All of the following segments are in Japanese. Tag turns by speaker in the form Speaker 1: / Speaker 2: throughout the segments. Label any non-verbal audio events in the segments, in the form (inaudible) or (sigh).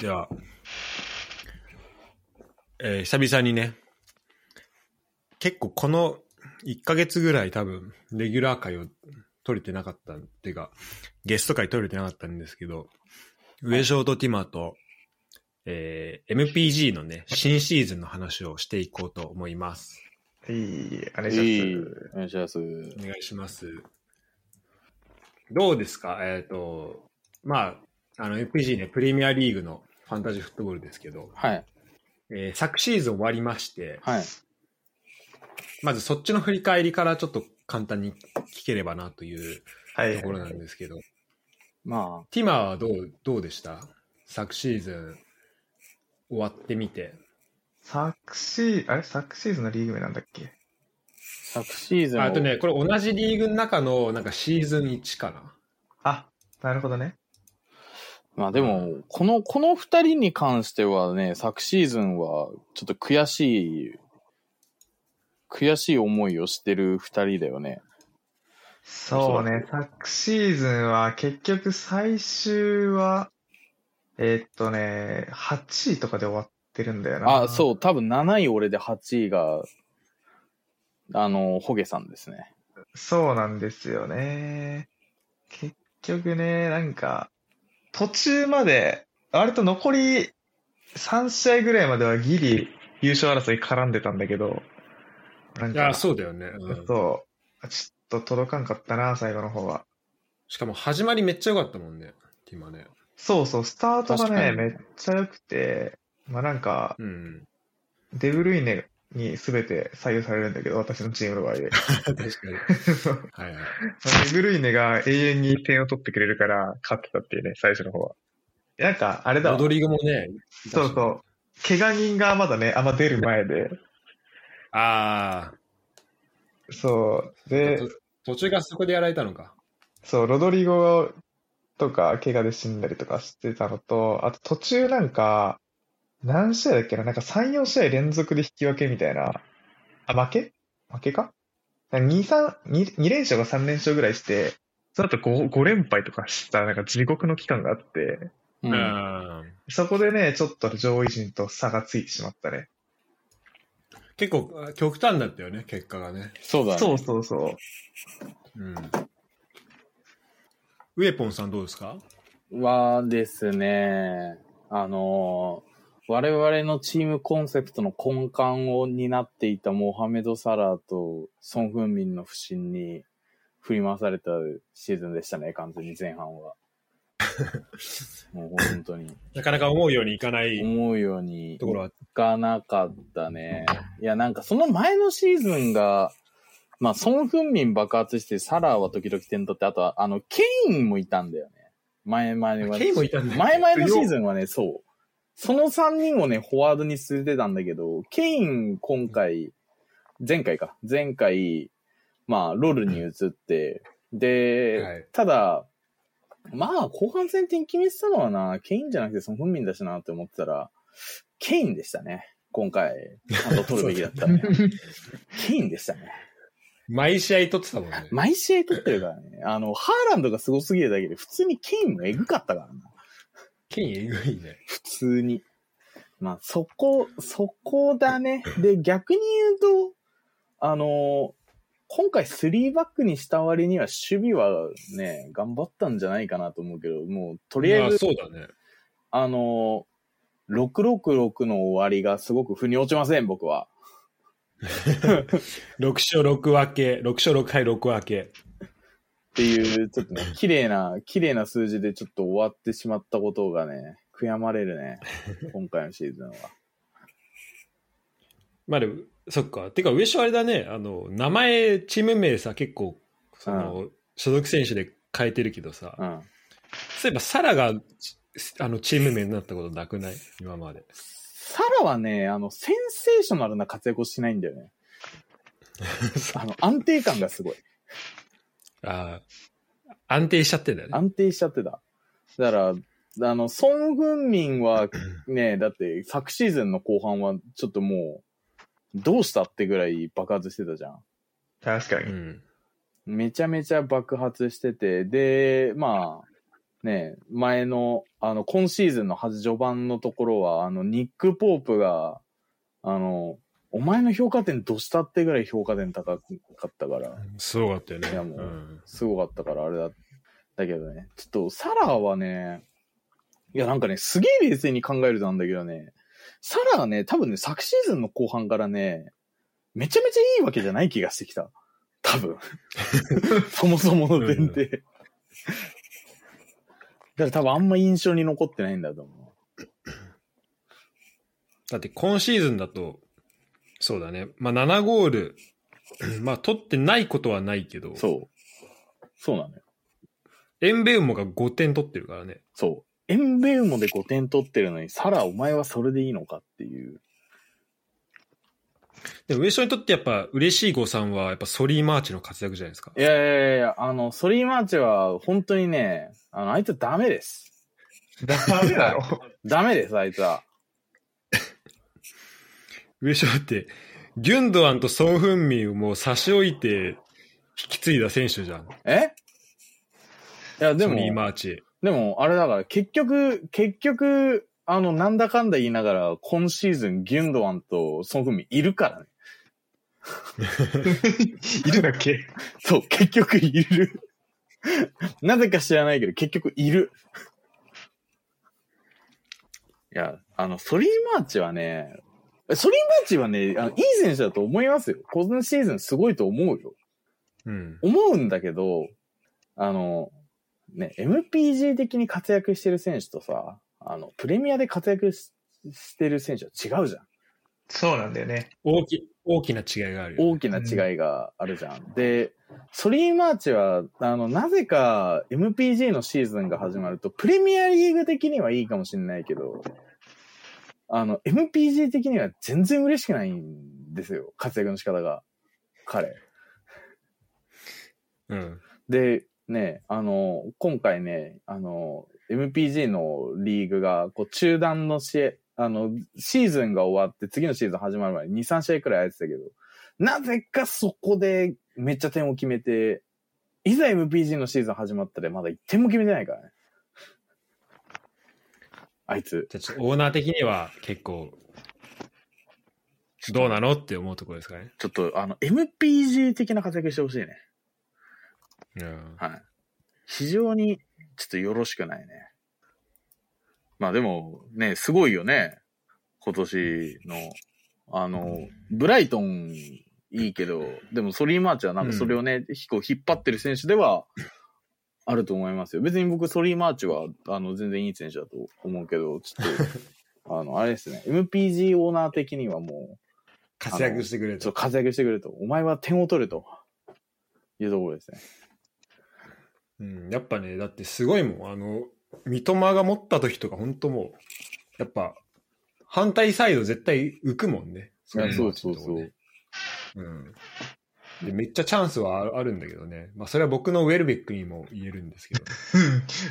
Speaker 1: じゃあ、えー久々にね、結構この1ヶ月ぐらい多分、レギュラー会を取れてなかったっていうか、ゲスト会取れてなかったんですけど、上昇とティマと、えー MPG のね、新シーズンの話をしていこうと思います。
Speaker 2: いい、あれ
Speaker 3: い
Speaker 2: じゃ
Speaker 3: い
Speaker 2: す。
Speaker 3: お願いします。
Speaker 1: お願いします。どうですかえっ、と、まあ、あの MPG ね、プレミアリーグのファンタジーフットボールですけど、
Speaker 3: はい。
Speaker 1: えー昨シーズン終わりまして、
Speaker 3: はい。
Speaker 1: まずそっちの振り返りからちょっと簡単に聞ければなという
Speaker 2: はい
Speaker 1: ところなんですけど、
Speaker 3: ま
Speaker 1: ティマはどうどうでした昨シーズン終わってみて。
Speaker 2: 昨シー、あれ昨シーズンのリーグ名なんだっけ
Speaker 3: あ、昨シーズンを
Speaker 1: あとね、これ同じリーグの中のなんかシーズン1かな。
Speaker 2: あ、なるほどね。
Speaker 3: まあでも、この、この二人に関してはね、昨シーズンは、ちょっと悔しい、悔しい思いをしてる二人だよね。
Speaker 2: そうね、昨シーズンは結局最終は、えーっとね、8位とかで終わってるんだよな。
Speaker 3: あ、そう、多分7位俺で8位が、あの、ホゲさんですね。
Speaker 2: そうなんですよね。結局ね、なんか、途中まで、割と残り3試合ぐらいまではギリ優勝争い絡んでたんだけど、なん
Speaker 1: い
Speaker 2: か
Speaker 1: や、、そうだよね。うん、
Speaker 2: そう、ちょっと届かんかったな、最後の方は。
Speaker 1: しかも始まりめっちゃ良かったもんね、ティマね。
Speaker 2: そうそう、スタートが
Speaker 3: 確か
Speaker 2: ね、
Speaker 3: に
Speaker 2: めっちゃ良くて、まあなんか、
Speaker 1: うん。
Speaker 2: デブルイネに全て左右されるんだけど、私のチームの場合。 (laughs)
Speaker 1: 確かに。はいはい。
Speaker 2: まあデブルイネが永遠に点を取ってくれるから勝ってたっていうね、最初の方は。なんか、あれだわ
Speaker 1: ロドリゴもね、
Speaker 2: そうそう。怪我人がまだね、あんま出る前で。
Speaker 1: ああ、
Speaker 2: そう。で、
Speaker 1: 途中がそこでやられたのか。
Speaker 2: そう、ロドリゴとか怪我で死んだりとかしてたのと、あと途中なんか、何試合だっけな、なんか3、4試合連続で引き分けみたいな。あ、負け負けかなんか2、3、2、2連勝か3連勝ぐらいして、その後 5, 5連敗とかした、なんか地獄の期間があって、
Speaker 3: うん。
Speaker 1: うん。
Speaker 2: そこでね、ちょっと上位陣と差がついてしまったね。
Speaker 1: 結構あ極端だったよね、結果がね。
Speaker 3: そうだね。
Speaker 2: そうそうそう。
Speaker 1: うん。ウエポンさんどうですか
Speaker 3: はですね、あの、我々のチームコンセプトの根幹を担っていたモハメド・サラーとソン・フンミンの不振に振り回されたシーズンでしたね、完全に前半
Speaker 1: (laughs)
Speaker 3: は。もう本当に。
Speaker 1: なかなか思うようにいかない
Speaker 3: 思うように
Speaker 1: ところは。
Speaker 3: いかなかったね。いや、なんかその前のシーズンが、まあ、ソン・フンミン爆発して、サラーは時々点取って、あとは、あの、ケインもいたんだよね。前々は。
Speaker 1: ケイもいたんだよ
Speaker 3: 前々のシーズンはね、そう。その3人をね、フォワードに据えてたんだけど、ケイン今回、前回か。前回、まあ、ロルに移って、で、
Speaker 1: はい
Speaker 3: ただ、まあ、後半戦点決めてたのはな、ケインじゃなくてソン・フンミンだしなって思ってたら、ケインでしたね。今回、ちゃんと取るべきだった
Speaker 1: (laughs)
Speaker 3: ね。ケインでしたね。
Speaker 1: 毎試合取ってたもんね。
Speaker 3: 毎試合取ってるからね。あの、ハーランドがすごすぎるだけで、普通にケインもエグかったからな。
Speaker 1: ケインえぐいね。
Speaker 3: 普通に。まあ、そこ、そこだね。で、逆に言うと、あの今回3バックにした割には守備はね、頑張ったんじゃないかなと思うけど、もう、とりあえず
Speaker 1: まあ、そうだね。
Speaker 3: あのー、666の終わりがすごく腑に落ちません、僕は。
Speaker 1: 6勝6分け、6勝6敗6分け。
Speaker 3: っていう、ちょ
Speaker 1: (laughs)
Speaker 3: っとね、綺麗な、綺麗な数字でちょっと終わってしまったことがね、悔やまれ
Speaker 1: (laughs)
Speaker 3: るね。今回のシーズンは。
Speaker 1: まあでも、そっか。てか、上昇あれだね。あの、名前、チーム名さ、結構、その、所属選手で変えてるけどさ、
Speaker 3: うん。
Speaker 1: そういえば、サラが、ちあの、チーム名になったことなくない今ま
Speaker 3: (laughs)
Speaker 1: で。
Speaker 3: サラはね、あの、センセーショナルな活躍をしないんだよね。あの、安定感がすごい。
Speaker 1: ああ、安定しちゃってんだよね。
Speaker 3: 安定しちゃってた。だから、あの、ソン・フンミンはね、だって昨シーズンの後半はちょっともう、どうしたってぐらい爆発してたじゃん。
Speaker 2: 確か
Speaker 1: う
Speaker 2: に。
Speaker 1: ん。
Speaker 3: めちゃめちゃ爆発してて、で、まあ、ね、前の、あの、今シーズンのは序盤のところは、あの、ニック・ポープが、あの、お前の評価点どうしたってぐらい評価点高かったから、
Speaker 1: すごかったよね。
Speaker 3: いやもうんすごかったから、あれだ、だけどね、ちょっと、サラーはね、いや、なんかね、すげえ冷静に考えるとなんだけどね、サラーはね、多分ね、昨シーズンの後半からね、めちゃめちゃいいわけじゃない気がしてきた。多 (laughs) 分。そもそもの前提。だから多分あんま印象に残ってないんだと思
Speaker 1: だって今シーズンだと、そうだね。まあ7ゴール、 (clears throat) まあ取ってないことはないけど
Speaker 3: う。、そう。そうなのよ。
Speaker 1: エンベウモが5点取ってるからね。
Speaker 3: そう。エンベウモで5点取ってるのに、サラーお前はそれでいいのかっていう。
Speaker 1: でも上昇にとってやっぱ嬉しい誤算はやっぱソリーマーチの活躍じゃないですか
Speaker 3: い。やいやいや、あの、ソリーマーチは本当にね、あの、あいつダメです。
Speaker 2: ダメだろ。
Speaker 3: ダメです、あいつは。
Speaker 1: 上昇って、ギュンドアンとソン・フンミンをもう差し置いて引き継いだ選手じゃん。
Speaker 3: えいや、で
Speaker 1: で
Speaker 3: も
Speaker 1: も、ソ、リーマーチ。
Speaker 3: でも、あれだから、結局、結局、あの、なんだかんだ言いながら、今シーズン、ギュンドワンとソン・フンミンいるからね。
Speaker 2: いるだけ。
Speaker 3: そう、結局いる。なぜか知らないけど、結局いる。いや、あの、ソリーマーチはね、ソリーマーチはね、あのいい選手だと思いますよ。今シーズンすごいと思うよ。
Speaker 1: うん。
Speaker 3: 思うんだけど、あの、ね、MPG 的に活躍してる選手とさ、あの、プレミアで活躍ししてる選手は違うじゃん。
Speaker 2: そうなんだよね。
Speaker 1: 大き、大きな違いがあるよね、
Speaker 3: 大きな違いがあるじゃん。で、ソリーマーチは、あの、なぜか MPG のシーズンが始まると、プレミアリーグ的にはいいかもしれないけど、あの、MPG 的には全然嬉しくないんですよ。活躍の仕方が。彼。
Speaker 1: うん。
Speaker 3: で、ね、あの、今回ね、あの、MPG のリーグが、こう、中断の試合、あの、シーズンが終わって、次のシーズン始まる前に2、3試合くらいやってたけど、なぜかそこでめっちゃ点を決めて、いざ MPG のシーズン始まったで、まだ1点も決めてないからね。あいつ。
Speaker 1: じゃあちょっとオーナー的には結構、どうなのって思うところですかね。
Speaker 3: ちょっと、あの、MPG 的な活躍してほしいね。
Speaker 1: うん。
Speaker 3: はい。非常に、ちょっとよろしくないね。まあでも、ね、すごいよね。今年の、あの、ブライトンいいけど、でもソリーマーチはなんかそれをね、飛行引っ張ってる選手ではあると思いますよ。別に僕ソリーマーチは、あの、全然いい選手だと思うけど、ちょっ (laughs) と、あの、あれですね、MPG オーナー的にはも
Speaker 1: 活躍してくれ
Speaker 3: う、ちょ
Speaker 1: と。
Speaker 3: っと活躍してくれと、お前は点を取れと、いうところですね。
Speaker 1: うん。やっぱね、だってすごいもん。あの、三笘が持った時とか本当もう、やっぱ、反対サイド絶対浮くもんね。
Speaker 3: いやそうそうそう。
Speaker 1: うん。で、めっちゃチャンスはああるんだけどね。まあ、それは僕のウェルベックにも言えるんですけど、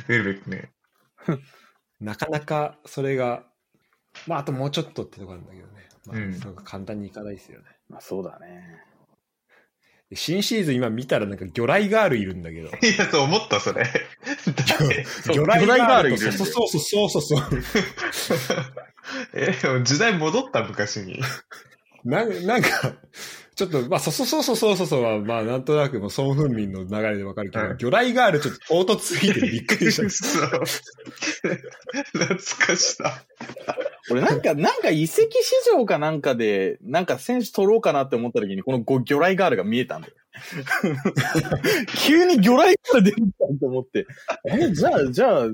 Speaker 2: ウェルベックね。
Speaker 1: なかなかそれが、まあ、あともうちょっとってとこなんだけどね。まあ、
Speaker 2: うん
Speaker 1: そうか簡単にいかないですよね。
Speaker 3: まあそうだね。
Speaker 1: で新シーズン今見たらなんか魚雷ガールいるんだけど。
Speaker 2: いや、そう思った、それ。誰
Speaker 3: そう
Speaker 1: 魚雷ガール
Speaker 3: 魚雷ガールいるんだよ
Speaker 1: そうそうそうそうそうそう。
Speaker 2: え、でも時代戻った、昔に。
Speaker 1: なんなんか、ちょっと、まあ、そうそうそうそうそうそうそうは、まあ、なんとなくもう、ソン・フンミンの流れでわかるけど、
Speaker 2: うん
Speaker 1: 魚雷ガールちょっと凹凸すぎてびっくりした。
Speaker 2: そう懐かしさ。
Speaker 3: 俺なんか、なんか遺跡市場かなんかで、なんか選手取ろうかなって思った時に、このご魚雷ガールが見えた
Speaker 1: (laughs)
Speaker 3: んだよ。急に魚雷ガール出てきたと思って。え、じゃあ、じゃあ、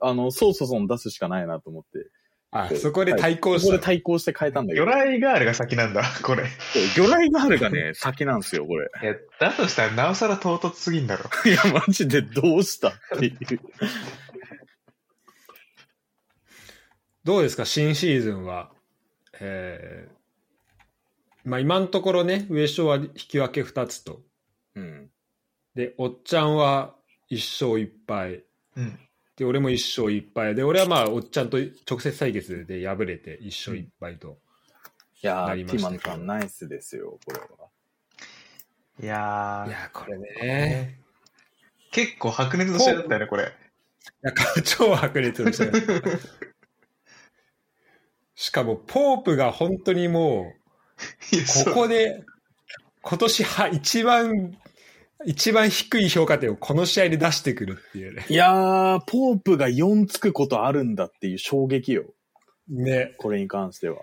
Speaker 3: あの、ソーソソン出すしかないなと思って。
Speaker 1: (laughs) あ、そこで対抗
Speaker 3: こ
Speaker 1: し
Speaker 3: こ
Speaker 1: た
Speaker 3: で
Speaker 1: の。
Speaker 3: 対抗して変えたんだけ
Speaker 2: 魚
Speaker 3: ど。
Speaker 2: 雷ガールが先なんだ、これ。
Speaker 3: 魚雷ガールがね、先なんですよ、これ。
Speaker 2: いや、だとしたらなおさら唐突すぎんだろ。
Speaker 3: (laughs) いや、マジでどうしたっていう。
Speaker 1: どうですか、新シーズンは。えーまあ今のところね、上昇は引き分け2つと。
Speaker 3: うん。
Speaker 1: で、おっちゃんは1勝1敗。
Speaker 2: うん。
Speaker 1: で、俺も1勝1敗。で、俺はまあ、おっちゃんと直接対決で敗れて1勝1敗と。
Speaker 3: いや
Speaker 1: な
Speaker 3: ー、
Speaker 1: りま
Speaker 3: ティ
Speaker 1: し
Speaker 3: マ
Speaker 1: た
Speaker 3: ン
Speaker 1: けど
Speaker 3: さんナイスですよ、これは。
Speaker 2: いや
Speaker 1: いやー、これね。
Speaker 2: 結構白熱の試合だったよね、これ。
Speaker 1: や、超白熱でしたね。しかも、ポープが本当にも
Speaker 2: いや
Speaker 1: う、こ
Speaker 2: そう
Speaker 1: こで、今年は一番、一番低い評価点をこの試合で出してくるっていうね。
Speaker 3: いやー、ポープが4つくことあるんだっていう衝撃よ。
Speaker 1: ね。
Speaker 3: これに関しては。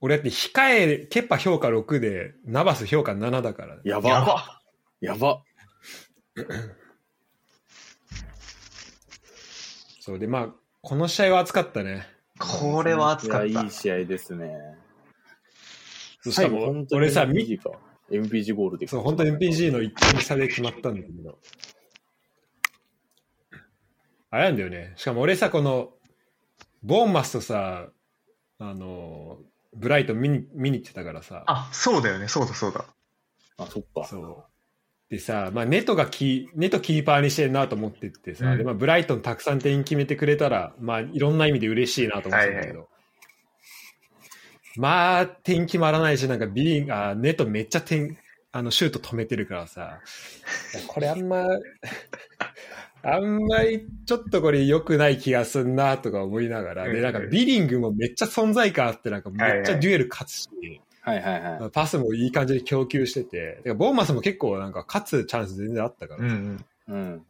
Speaker 1: 俺だって、控え、ケッパ評価6で、ナバス評価7だからね、
Speaker 3: や
Speaker 2: や
Speaker 3: ば。
Speaker 2: ば。
Speaker 3: やば。
Speaker 1: そうで、まあ、この試合は熱かったね。
Speaker 2: これは熱かっ
Speaker 3: いやい
Speaker 2: た
Speaker 3: い。試合ですね。
Speaker 1: しかも、俺さ、み
Speaker 3: MPG か。MPG ゴールで。
Speaker 1: そう、本当に MPG の一点差で決まったんだけど。あれなんだよね。しかも俺さ、この、ボーンマスとさ、あの、ブライトン見に見に行ってたからさ。
Speaker 2: あ、そうだよね、そうだそうだ。
Speaker 3: あ、そっか。
Speaker 1: そう。でさ、まあ、ネトがキー、ネトキーパーにしてんなと思ってってさ、
Speaker 2: うん
Speaker 1: で、まあ、ブライトンたくさん点決めてくれたら、まあ、いろんな意味で嬉しいなと思ってたんだけど。まあ、点決まらないし、なんかビーンが、ネトめっちゃ点、あの、シュート止めてるからさ、いやこれあんま、あんまりちょっとこれ良くない気がすんなとか思いながら、
Speaker 2: うんう
Speaker 1: で、
Speaker 2: ん
Speaker 1: なんかビリングもめっちゃ存在感あって、なんかめっちゃデュエル勝つし、
Speaker 3: はいはいはい。
Speaker 1: パスもいい感じで供給してて、てかボーマスも結構なんか勝つチャンス全然あったか
Speaker 2: うん
Speaker 1: ら、
Speaker 2: うん。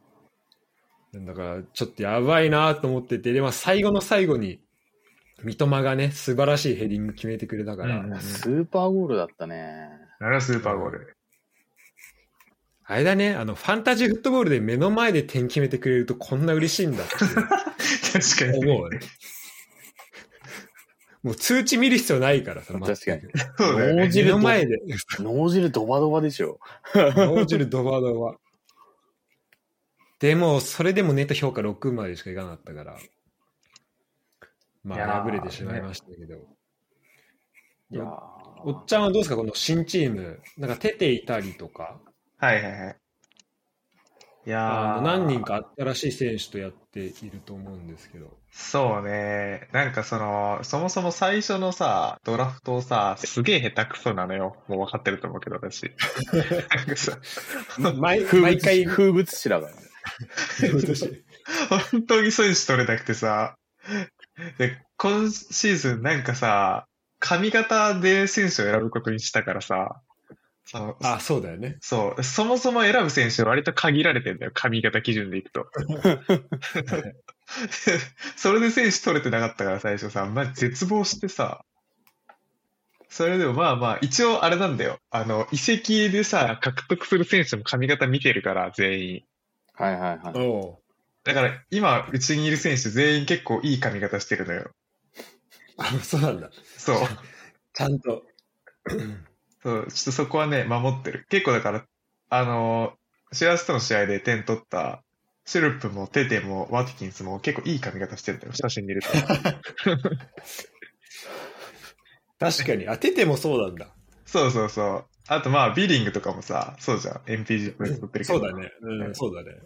Speaker 3: うん。
Speaker 1: だからちょっとやばいなと思ってて、で、まあ最後の最後に、三笘がね、素晴らしいヘディング決めてくれたから、
Speaker 2: うんうん
Speaker 3: スーパーゴールだったね。
Speaker 2: あれはスーパーゴール。
Speaker 1: あれだね、あの、ファンタジーフットボールで目の前で点決めてくれるとこんな嬉しいんだっ
Speaker 2: 確か
Speaker 1: て
Speaker 2: に。
Speaker 1: 思う
Speaker 3: (laughs)
Speaker 1: ね。もう通知見る必要ないからさ、
Speaker 3: 確かに
Speaker 1: 全く
Speaker 2: そうだよね。
Speaker 3: 脳
Speaker 1: 目
Speaker 3: 汁
Speaker 1: の
Speaker 3: と
Speaker 1: 前で、
Speaker 3: 脳汁ドバドバでしょ。
Speaker 1: 脳汁ドバドバ。でも、それでもネット評価6までしかいかなかったから、ま
Speaker 2: いや
Speaker 1: あ、
Speaker 2: ー
Speaker 1: 敗れてしまいましたけど。
Speaker 3: いや
Speaker 1: おっちゃんはどうですか、この新チーム。なんか、テテいたりとか、
Speaker 2: はいはいはい。い
Speaker 1: あ
Speaker 2: や
Speaker 1: の
Speaker 2: ー
Speaker 1: 何人か新しい選手とやっていると思うんですけど。
Speaker 2: そうね。なんかその、そもそも最初のさ、ドラフトをさ、すげえ下手くそなのよ。もう分かってると思うけど、私。なんかさ、
Speaker 1: 毎
Speaker 3: 風
Speaker 1: 毎
Speaker 3: 物
Speaker 1: 回
Speaker 3: 詩、風物詩だから。
Speaker 1: (laughs)
Speaker 2: 本当に選手取れなくてさ。で、今シーズンなんかさ、髪型で選手を選ぶことにしたからさ、その
Speaker 1: あ、そうだよね。
Speaker 2: そう、そもそも選ぶ選手は割と限られてんだよ、髪型基準でいくと。それで選手取れてなかったから最初さ、まあ、絶望してさ、それでもまあまあ、一応あれなんだよ、あの、移籍でさ、獲得する選手も髪型見てるから、全員。
Speaker 3: はいはいはい。
Speaker 1: おう
Speaker 2: だから今、うちにいる選手全員結構いい髪型してるのよ。
Speaker 1: あ、そうなんだ。
Speaker 2: そう。
Speaker 1: ちゃんと。
Speaker 2: そう、ちょっとそこはね、守ってる。結構だから、あのーシラスとの試合で点取った、シュルップもテテもワテキンスも結構いい髪型してるんだよ、写
Speaker 1: (laughs)
Speaker 2: 真見ると。
Speaker 1: 確かに。あ、テテもそうなんだ。
Speaker 2: そうそうそう。あとまあ、ビーリングとかもさ、そうじゃん。MPG も取ってるけ
Speaker 1: そ
Speaker 2: ど。
Speaker 1: うだ。ね。うん、そうだね。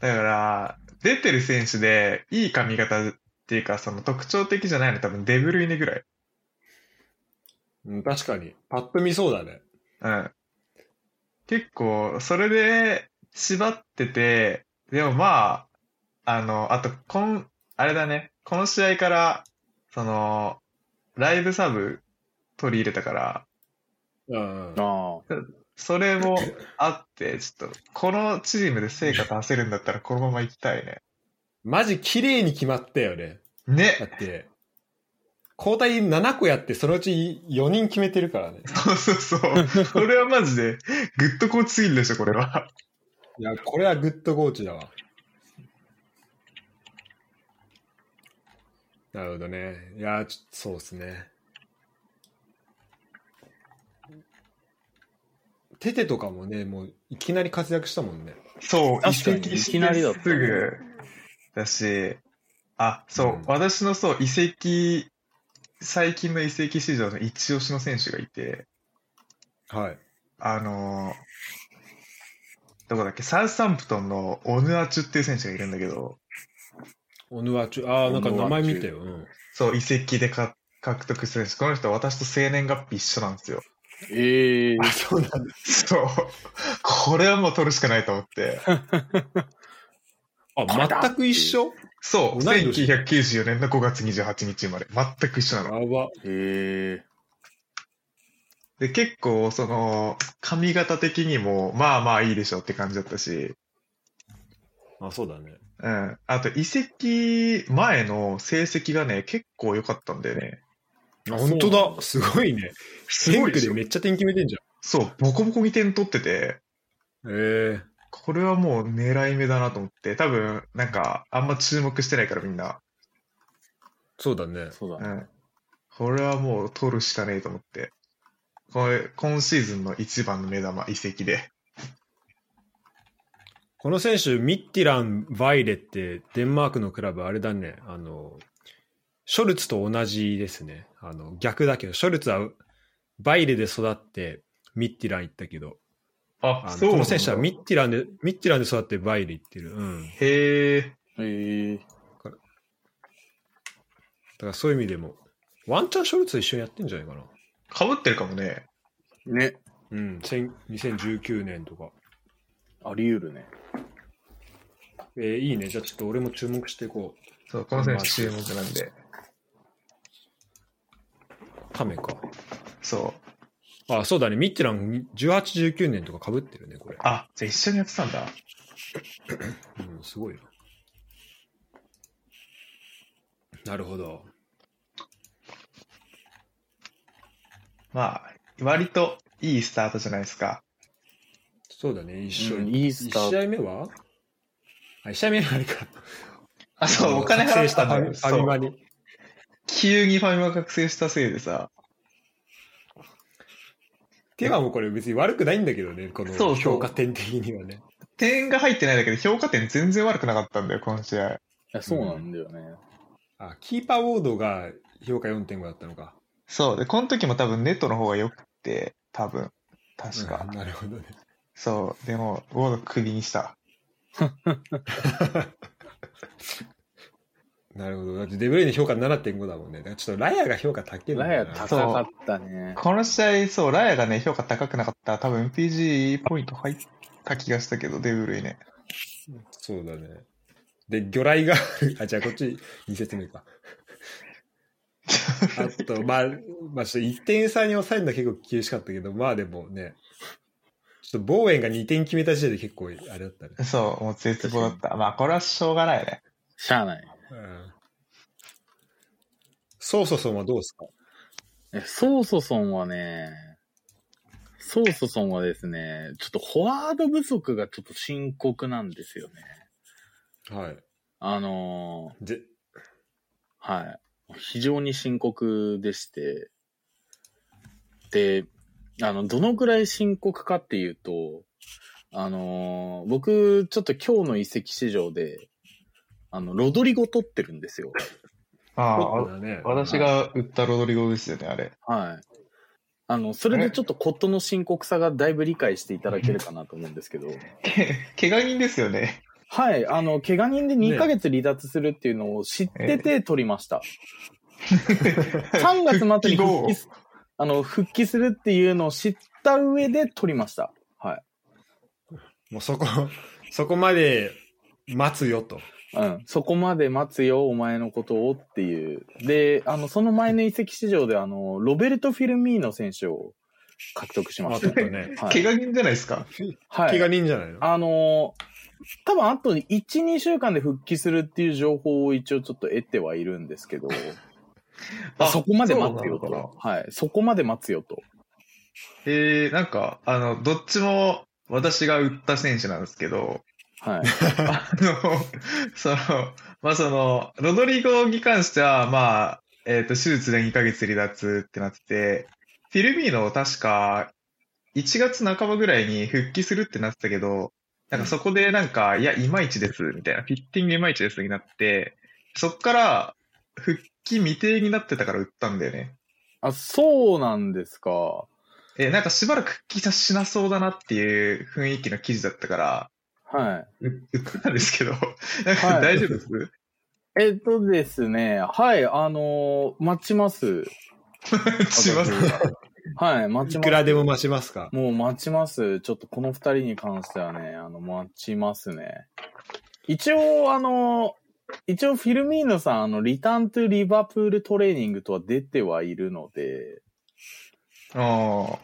Speaker 2: だから、出てる選手で、いい髪型っていうか、その特徴的じゃないの多分デブルイネぐらい。
Speaker 1: うん、確かに。パッと見そうだね。
Speaker 2: うん。結構、それで、縛ってて、でもまあ、あの、あと、こん、あれだね、この試合から、その、ライブサブ取り入れたから、
Speaker 1: うんうん。
Speaker 3: あ
Speaker 2: それもあって、ちょっと、このチームで成果出せるんだったら、このまま行きたいね。
Speaker 1: マジ綺麗に決まったよね。だ
Speaker 2: ね。
Speaker 1: って、交代7個やって、そのうち4人決めてるからね。
Speaker 2: (laughs) そうそうそう。これはマジで、グッドコーチすぎるでしょ、これは。
Speaker 1: いや、これはグッドコーチだわ。なるほどね。いや、ちょそうですね。テテとかもね、もういきなり活躍したもんね。
Speaker 2: そう、移
Speaker 3: 確かに
Speaker 2: 籍し
Speaker 3: いきなりだ
Speaker 2: て
Speaker 3: った
Speaker 2: すぐだし、あ、そう、
Speaker 1: うん
Speaker 2: 私のそう、移籍、最近の移籍市場の一押しの選手がいて、
Speaker 1: はい。
Speaker 2: あのーどこだっけ、サウスタンプトンのオヌアチュっていう選手がいるんだけど、
Speaker 1: オヌワチュ、ああ、なんか名前見てよ。うん
Speaker 2: そう、移籍でか獲得する選手、この人、私と生年月日一緒なんですよ。
Speaker 3: あ。ええ
Speaker 1: あ、そうなんだ。
Speaker 2: そう、これはもう取るしかないと思って。
Speaker 1: あ、全く一緒
Speaker 2: そう、
Speaker 1: 同い年
Speaker 2: 1994年の5月28日生まれ。全く一緒な
Speaker 1: や
Speaker 2: の。
Speaker 1: ば。
Speaker 3: へえ。
Speaker 2: で、結構、その、髪型的にも、まあまあいいでしょって感じだったし、
Speaker 1: あ、そうだね。
Speaker 2: うん。あと、移籍前の成績がね、結構良かったんだよね。
Speaker 1: あ本当だ。すごいね。
Speaker 2: す
Speaker 1: 天
Speaker 2: ごい
Speaker 1: ク
Speaker 2: でし
Speaker 1: で
Speaker 2: ょ
Speaker 1: めっちゃ点決めてんじ
Speaker 2: そう、ボコボコに点取ってて、
Speaker 1: ゃん。え
Speaker 2: これはもう狙い目だなと思って、多分、なんか、あんま注目してないからみんな。
Speaker 1: ー、そうだね。
Speaker 3: そう
Speaker 2: う
Speaker 3: だね。
Speaker 2: ん。これはもう取るしかねえと思って。これ、今シーズンの一番の目玉、移籍で。
Speaker 1: この選手、ミッティラン・バイレって、デンマークのクラブ、あれだね、あの、ショルツと同じですね。あの、逆だけど、ショルツはバイレで育って、ミッティラン行ったけど、
Speaker 2: あ
Speaker 1: あのこの選手はミ
Speaker 2: 見
Speaker 1: ッティランで、ミッティランで育ってバイレ行ってる。うん。
Speaker 2: へえ。
Speaker 3: へえ。
Speaker 1: だからそういう意味でも、ワンチャンショルツと一緒にやってんじゃないかな。
Speaker 2: かぶってるかもね。
Speaker 3: ね。
Speaker 1: うん、千2019年とか。
Speaker 3: あり得るね。
Speaker 1: えーいいね。じゃあちょっと俺も注目していこう。
Speaker 2: そう、この選手注目なんで。
Speaker 1: タメか。
Speaker 2: そう。
Speaker 1: あ、そうだね。ミッティラン18、19年とか被ってるね、これ。
Speaker 2: あ、じゃあ一緒にやってたんだ。
Speaker 1: うん、すごいな。なるほど。
Speaker 2: まあ、割といいスタートじゃないですか。
Speaker 1: そうだね、一緒
Speaker 3: うん
Speaker 1: に。
Speaker 3: いいスタート
Speaker 1: 一試合目はあ、一試合目はあれか。
Speaker 2: あ、そう、お金払
Speaker 1: 覚醒
Speaker 2: っ
Speaker 1: したた
Speaker 2: ん
Speaker 1: ファミ
Speaker 2: だよ。
Speaker 1: ファ
Speaker 2: そ
Speaker 1: ミマ
Speaker 2: う。
Speaker 1: に。
Speaker 2: 急にファミマ覚醒したせいでさ。
Speaker 1: てかもうこれ別に悪くないんだけどね、こ
Speaker 2: そ
Speaker 1: の
Speaker 2: うそう
Speaker 1: 評価点的にはね。
Speaker 2: 点が入ってないだけで評価点全然悪くなかったんだよ、この試合。
Speaker 3: いや、そうなんだよね。
Speaker 1: あ、キーパーウォードが評価4.5だったのか。
Speaker 2: そう。で、この時も多分ネットの方が良くて、多分。確か。
Speaker 1: うんなるほどね。
Speaker 2: そう。でも、ウォードクビにした。
Speaker 1: なるほど。だってデブレイネ評価7.5だもんね。だからちょっとラヤが評価高いんだ
Speaker 3: ラ
Speaker 1: よ
Speaker 3: ヤ
Speaker 1: な
Speaker 3: 高かったね。
Speaker 2: この試合、そう、ラヤがね、評価高くなかった。多分 PG ポイント入った気がしたけど、デブル
Speaker 1: (laughs)
Speaker 2: イね。
Speaker 1: そうだね。で、魚雷が、 (laughs) あ、じゃあこっち2説目か。あと、まあ、まあ、ちょっと1点差に抑えるのは結構厳しかったけど、まあでもね、ちょっとボーエンが2点決めた時点で結構あれだったね。
Speaker 2: そう、もう絶望だった。まあ、これはしょうがないね。
Speaker 3: しゃあない。
Speaker 1: うん。そうそうそうはどうですか
Speaker 3: えソーソソンはね、ソーソソンはですね、ちょっとフォワード不足がちょっと深刻なんですよね。
Speaker 1: はい。
Speaker 3: あの
Speaker 1: で、
Speaker 3: ーはい。非常に深刻でして、で、あの、どのくらい深刻かっていうと、あのー僕、ちょっと今日の移籍市場で、あの、ロドリゴ取ってるんですよ。
Speaker 2: あ
Speaker 1: ポッ
Speaker 2: あ
Speaker 1: ト、だね。
Speaker 2: 私が売ったロドリゴですよね、あれ。
Speaker 3: はい。あの、それでちょっとコットの深刻さがだいぶ理解していただけるかなと思うんですけど。
Speaker 2: け、怪我人ですよ
Speaker 3: (laughs)
Speaker 2: ね。
Speaker 3: はい、あの、怪我人で2ヶ月離脱するっていうのを知ってて取りました。3月 (laughs) 末に復帰す、あの、復帰するっていうのを知った上で取りました。は
Speaker 1: もうそこ、 (laughs) そこまで待つよと。
Speaker 3: い。うん。そこまで待つよ、お前のことをっていう。で、あの、その前の移籍市場で、あの、ロベルト・フィルミーノ選手を獲得しま
Speaker 1: あ、
Speaker 3: し。
Speaker 1: ちょったとね。
Speaker 3: はい。
Speaker 2: 怪我人じゃないですか。
Speaker 3: はい
Speaker 1: 怪我人じゃないの
Speaker 3: あのー多分あと1、2週間で復帰するっていう情報を一応ちょっと得てはいるんですけど、
Speaker 2: あ
Speaker 3: そこまで待つよ
Speaker 2: そうなの
Speaker 3: と。はい。そこまで待つよと。
Speaker 2: えー、なんか、あの、どっちも私が売った選手なんですけど、
Speaker 3: はい。
Speaker 2: あの、その、まあその、ロドリゴに関しては、まあ、えっ、と、手術で2ヶ月離脱ってなってて、フィルミーノを確か1月半ばぐらいに復帰するってなってたけど、なんかそこでなんか、いや、いまいちです、みたいな、フィッティングいまいちですになって、そっから復帰未定になってたから売ったんだよね。
Speaker 3: あ、そうなんですか。
Speaker 2: え、なんかしばらく復帰しなそうだなっていう雰囲気の記事だったから、
Speaker 3: は
Speaker 2: う売ったんですけど、なん
Speaker 3: は
Speaker 2: か
Speaker 3: い
Speaker 2: 大丈夫です、 (laughs)
Speaker 3: い。えっとですね、はい、あのー待ちます。
Speaker 2: します
Speaker 3: はい、待ち
Speaker 1: い
Speaker 3: ま
Speaker 1: く
Speaker 3: す。
Speaker 1: らでも待ちますか。
Speaker 3: もう待ちます。ちょっとこの二人に関してはね、あの、待ちますね。一応、あの、一応フィルミーノさん、あの、リターントゥリバプールトレーニングとは出てはいるので、
Speaker 2: あ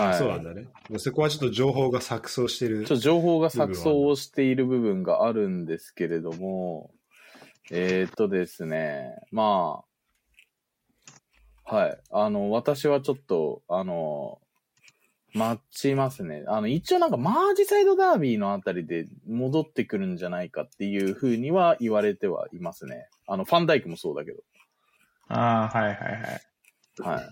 Speaker 3: はい。
Speaker 1: そうなんだね。そこはちょっと情報が錯綜してる
Speaker 3: ちょ。っと情報が錯綜をしている部分があるんですけれども、えー、っとですね、まあ、はい、あの、私はちょっと、あの、待ちますね。あの、一応なんかマージサイドダービーのあたりで戻ってくるんじゃないかっていうふうには言われてはいますね。あの、ファンダイクもそうだけど。
Speaker 2: あ、ああ、はいはいはい。
Speaker 3: は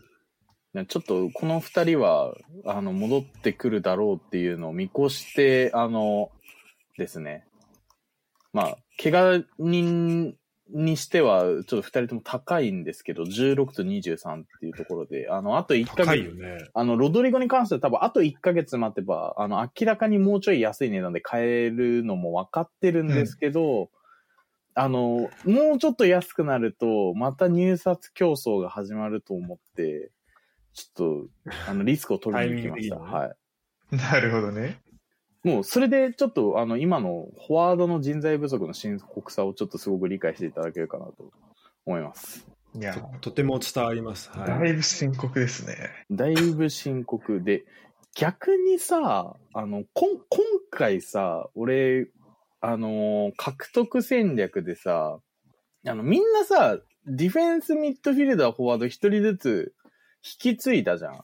Speaker 3: い。ちょっと、この二人は、あの、戻ってくるだろうっていうのを見越して、あの、ですね。まあ、怪我人にしては、ちょっと二人とも高いんですけど、16と23っていうところで、あの、あと1ヶ
Speaker 1: 高い
Speaker 3: 月、
Speaker 1: よね。
Speaker 3: あの、ロドリゴに関しては多分、あと1ヶ月待てば、あの、明らかにもうちょい安い値段で買えるのも分かってるんですけど、あの、もうちょっと安くなると、また入札競争が始まると思って、ちょっと、あの、リスクを取りに行きました。
Speaker 1: タイミング的にね
Speaker 3: は
Speaker 2: な
Speaker 3: い。
Speaker 2: るほどね。
Speaker 3: もう、それで、ちょっと、あの、今のフォワードの人材不足の深刻さをちょっとすごく理解していただけるかなと思います。
Speaker 2: いや、
Speaker 1: ととても伝わります。はい。
Speaker 2: だいぶ深刻ですね。
Speaker 3: だいぶ深刻で、逆にさ、あの、こん、今回さ、俺、あのー獲得戦略でさ、あの、みんなさ、ディフェンス、ミッドフィルダー、フォワード一人ずつ引き継いだじゃん。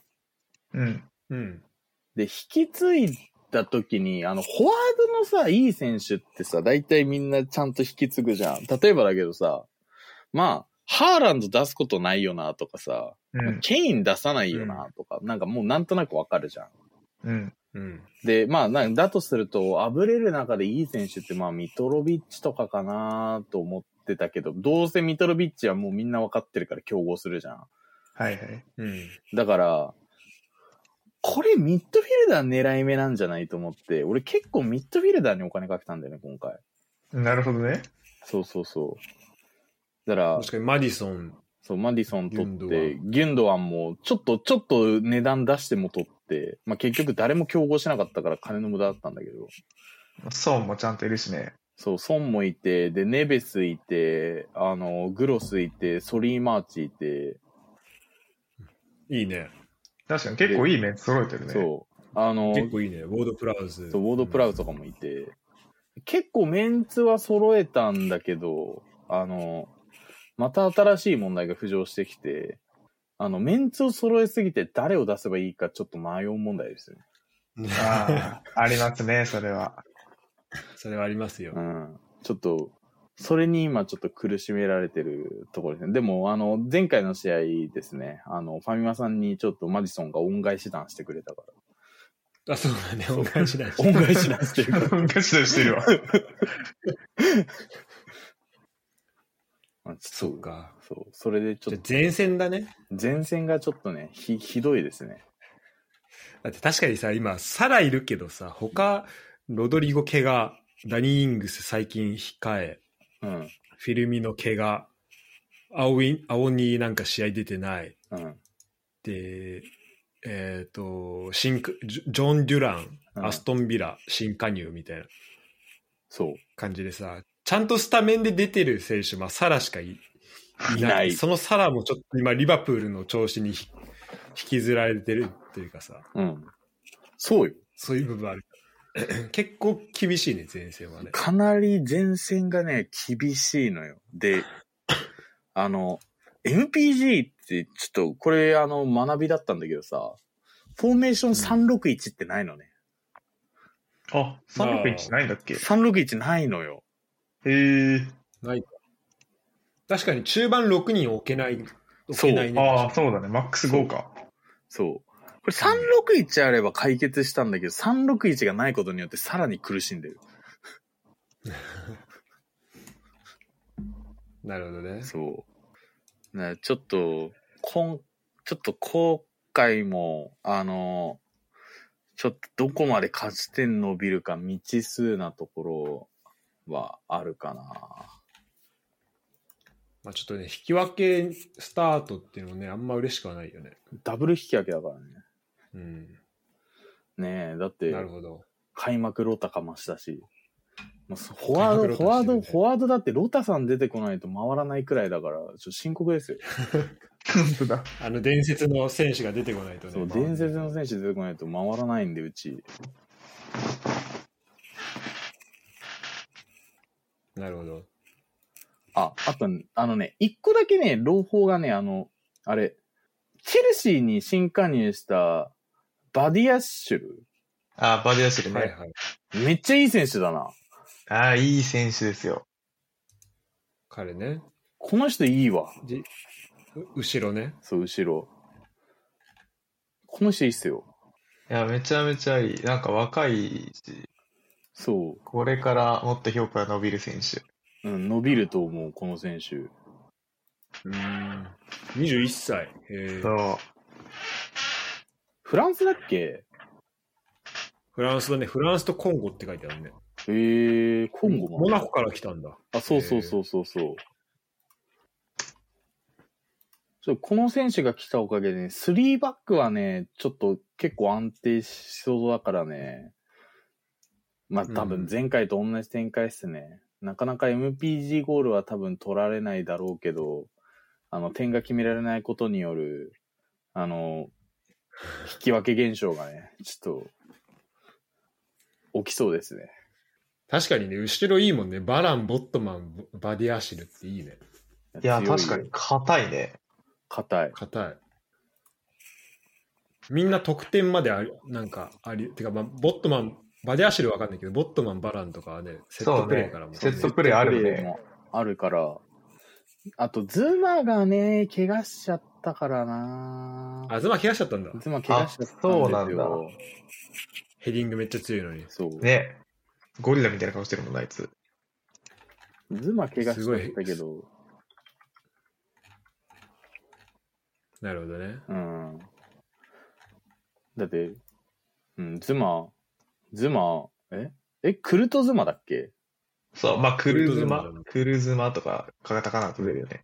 Speaker 2: うん。
Speaker 1: うん。
Speaker 3: で、引き継いだ時に、あの、フォワードのさ、いい選手ってさ、大体みんなちゃんと引き継ぐじゃん。例えばだけどさ、まあ、ハーランド出すことないよな、とかさ、
Speaker 2: うん。
Speaker 3: ケイン出さないよな、とか、なんかもうなんとなくわかるじゃん。
Speaker 2: うん。
Speaker 1: うん。
Speaker 3: で、まあ、なだとすると、あぶれる中でいい選手って、まあ、ミトロビッチとかかなと思ってたけど、どうせミトロビッチはもうみんな分かってるから競合するじゃん。
Speaker 2: はいはい。
Speaker 1: うん。
Speaker 3: だから、これミッドフィルダー狙い目なんじゃないと思って、俺結構ミッドフィルダーにお金かけたんだよね、今回。
Speaker 2: なるほどね。
Speaker 3: そうそうそう。だから、
Speaker 1: 確かにマディソン、
Speaker 3: そう、マディソン取
Speaker 1: ギュン
Speaker 3: っ
Speaker 1: ドア
Speaker 3: て、ギュンドアンも、ちょっと、ちょっと値段出しても取って、まあ結局誰も競合しなかったから金の無駄だったんだけど。
Speaker 2: ソーンもちゃんといるしね。
Speaker 3: そう、ソンもいて、で、ネベスいて、あの、グロスいて、ソリーマーチいて、
Speaker 1: いいね。
Speaker 2: 確かに結構いい面揃えてるね。
Speaker 3: そう、あの、
Speaker 1: 結構いいね。ウォードプラウズ。
Speaker 3: そうウォードプラウとかもいて、結構メンツは揃えたんだけど、あの、また新しい問題が浮上してきて、あの、メンツを揃えすぎて誰を出せばいいかちょっと迷う問題ですよね。
Speaker 1: うん。 (laughs)
Speaker 2: ああ、ありますね、それ (laughs) は。
Speaker 1: それはありますよ
Speaker 3: う。ん。ちょっと、それに今ちょっと苦しめられてるところですね。でも、あの、前回の試合ですね、あの、ファミマさんにちょっとマディソンが恩返し弾してくれたか
Speaker 1: あ、そうだね。恩返しだし
Speaker 3: (laughs) ら。。恩返し弾してるから。
Speaker 2: ガチでしてるわ。
Speaker 3: まあち
Speaker 1: そ
Speaker 3: ょっ
Speaker 1: う
Speaker 3: と
Speaker 1: か。
Speaker 3: そう。それでちょ
Speaker 1: じ
Speaker 3: っ
Speaker 1: ゃあ
Speaker 3: と、
Speaker 1: 前線だね。
Speaker 3: 前線がちょっとね、ひ、ひどいですね。
Speaker 1: だって確かにさ、今、サラいるけどさ、他、ロドリゴ怪我、ダニー・イングス最近控え、
Speaker 3: うん。
Speaker 1: フィルミの怪我、青い、青になんか試合出てない。
Speaker 3: うん。
Speaker 1: で、えっ、と、新く、ジョジョン・デュラン、
Speaker 3: うん
Speaker 1: アストン・ビラ、新加入みたいな
Speaker 3: そう。
Speaker 1: 感じでさ、ちゃんとスタメンで出てる選手、まあ、サラしかいいない。
Speaker 3: いない
Speaker 1: そのサラもちょっと今、リバプールの調子にひ引きずられてるというかさ、
Speaker 3: うん。そうよ。
Speaker 1: そういう部分ある。 (clears throat) 結構厳しいね、前線はね。
Speaker 3: かなり前線がね、厳しいのよ。で、あの、MPG って、ちょっと、これ、あの、学びだったんだけどさ、フォーメーション361ってないのね。
Speaker 2: あ、361ないんだっけへ
Speaker 3: 361ないのよ。
Speaker 2: え。
Speaker 1: 確かに中盤6人置けない、置けないね。
Speaker 2: ああ、そうだね。マックス5か。
Speaker 3: そう。これ361あれば解決したんだけど、361がないことによってさらに苦しんでる。
Speaker 1: なるほどね。
Speaker 3: そう。ね、ちょっと、こん、ちょっと今回も、あの、ちょっとどこまで勝ち点伸びるか未知数なところはあるかな。
Speaker 1: まあ、ちょっとね、引き分けスタートっていうのもね、あんま嬉しくはないよね。
Speaker 3: ダブル引き分けだからね。
Speaker 1: うん。
Speaker 3: ねえ、だって
Speaker 1: な、るほど。
Speaker 3: 開幕ロタかましたし。もうフォワー
Speaker 1: 開幕
Speaker 3: ド、フォワ
Speaker 1: ロー
Speaker 3: ード、
Speaker 1: タしてるね
Speaker 3: フォワードだってロタさん出てこないと回らないくらいだから、ちょっと深刻ですよ。
Speaker 2: 本当だ。
Speaker 1: あの伝説の選手が出てこないとね。
Speaker 3: そう、伝説の選手出てこないと回らないんで、うち。
Speaker 1: なるほど。
Speaker 3: あ、あと、あのね、一個だけね、朗報がね、あの、あれ、チェルシーに新加入したバディアッシュル。
Speaker 2: あ、バディアシルね。
Speaker 1: はいはい。
Speaker 3: めっちゃいい選手だな。
Speaker 2: あいい選手ですよ。
Speaker 1: 彼ね。
Speaker 3: この人いいわ。
Speaker 1: じう後ろね。
Speaker 3: そう、後ろ。この人いいっすよ。
Speaker 2: いや、めちゃめちゃいい。なんか若いし、
Speaker 3: そ
Speaker 2: これからもっと評価が伸びる選手。
Speaker 3: う。うん、伸びると思う、この選手。
Speaker 1: うーん。21歳。えー、
Speaker 2: そ
Speaker 3: フランスだっけ
Speaker 1: フランスだね。フランスとコンゴって書いてあるね。
Speaker 3: えー、コンゴも
Speaker 1: モナコから来たんだ。
Speaker 3: あ、そうそうそうそうそう。ちょこの選手が来たおかげでね、3バックはね、ちょっと結構安定しそうだからね。まあ多分前回と同じ展開っすね。なかなか MPG ゴールは多分取られないだろうけど、あの点が決められないことによる、あの、引き分け現象がね、ちょっと、起きそうですね。
Speaker 1: 確かにね、後ろいいもんね。バラン、ボットマン、バディアシルっていいね。
Speaker 2: う。いや、
Speaker 3: 強
Speaker 2: 確かに。硬いね。
Speaker 3: 硬い。
Speaker 1: 硬い。みんな得点まであり、なんかあり、てか、まあ、ボットマン、バディアシルわかんないけど、ボットマン、バランとかはね、セットプレーからも、
Speaker 2: そうねセットプレーあるね
Speaker 3: セットプレーもあるから。あと、ズマがね、怪我しちゃったからな
Speaker 1: あ、ズマ怪我しちゃったんだ。
Speaker 3: ズマ怪我しちゃったんですよ。
Speaker 2: あそうなんだ
Speaker 1: ヘディングめっちゃ強いのに。
Speaker 3: そう。
Speaker 2: ね。ゴリラみたいな顔してるもんな、あいつ。
Speaker 3: ズマ怪我しちゃったけど、
Speaker 1: なるほどね。
Speaker 3: うん。だって、うん、ズマ、ズマ、ええ、クルトズマだっけ
Speaker 2: そう、まあ、クルーズマ
Speaker 1: クルーズマ、
Speaker 2: クルーズマとか、かがたかなと出るよね。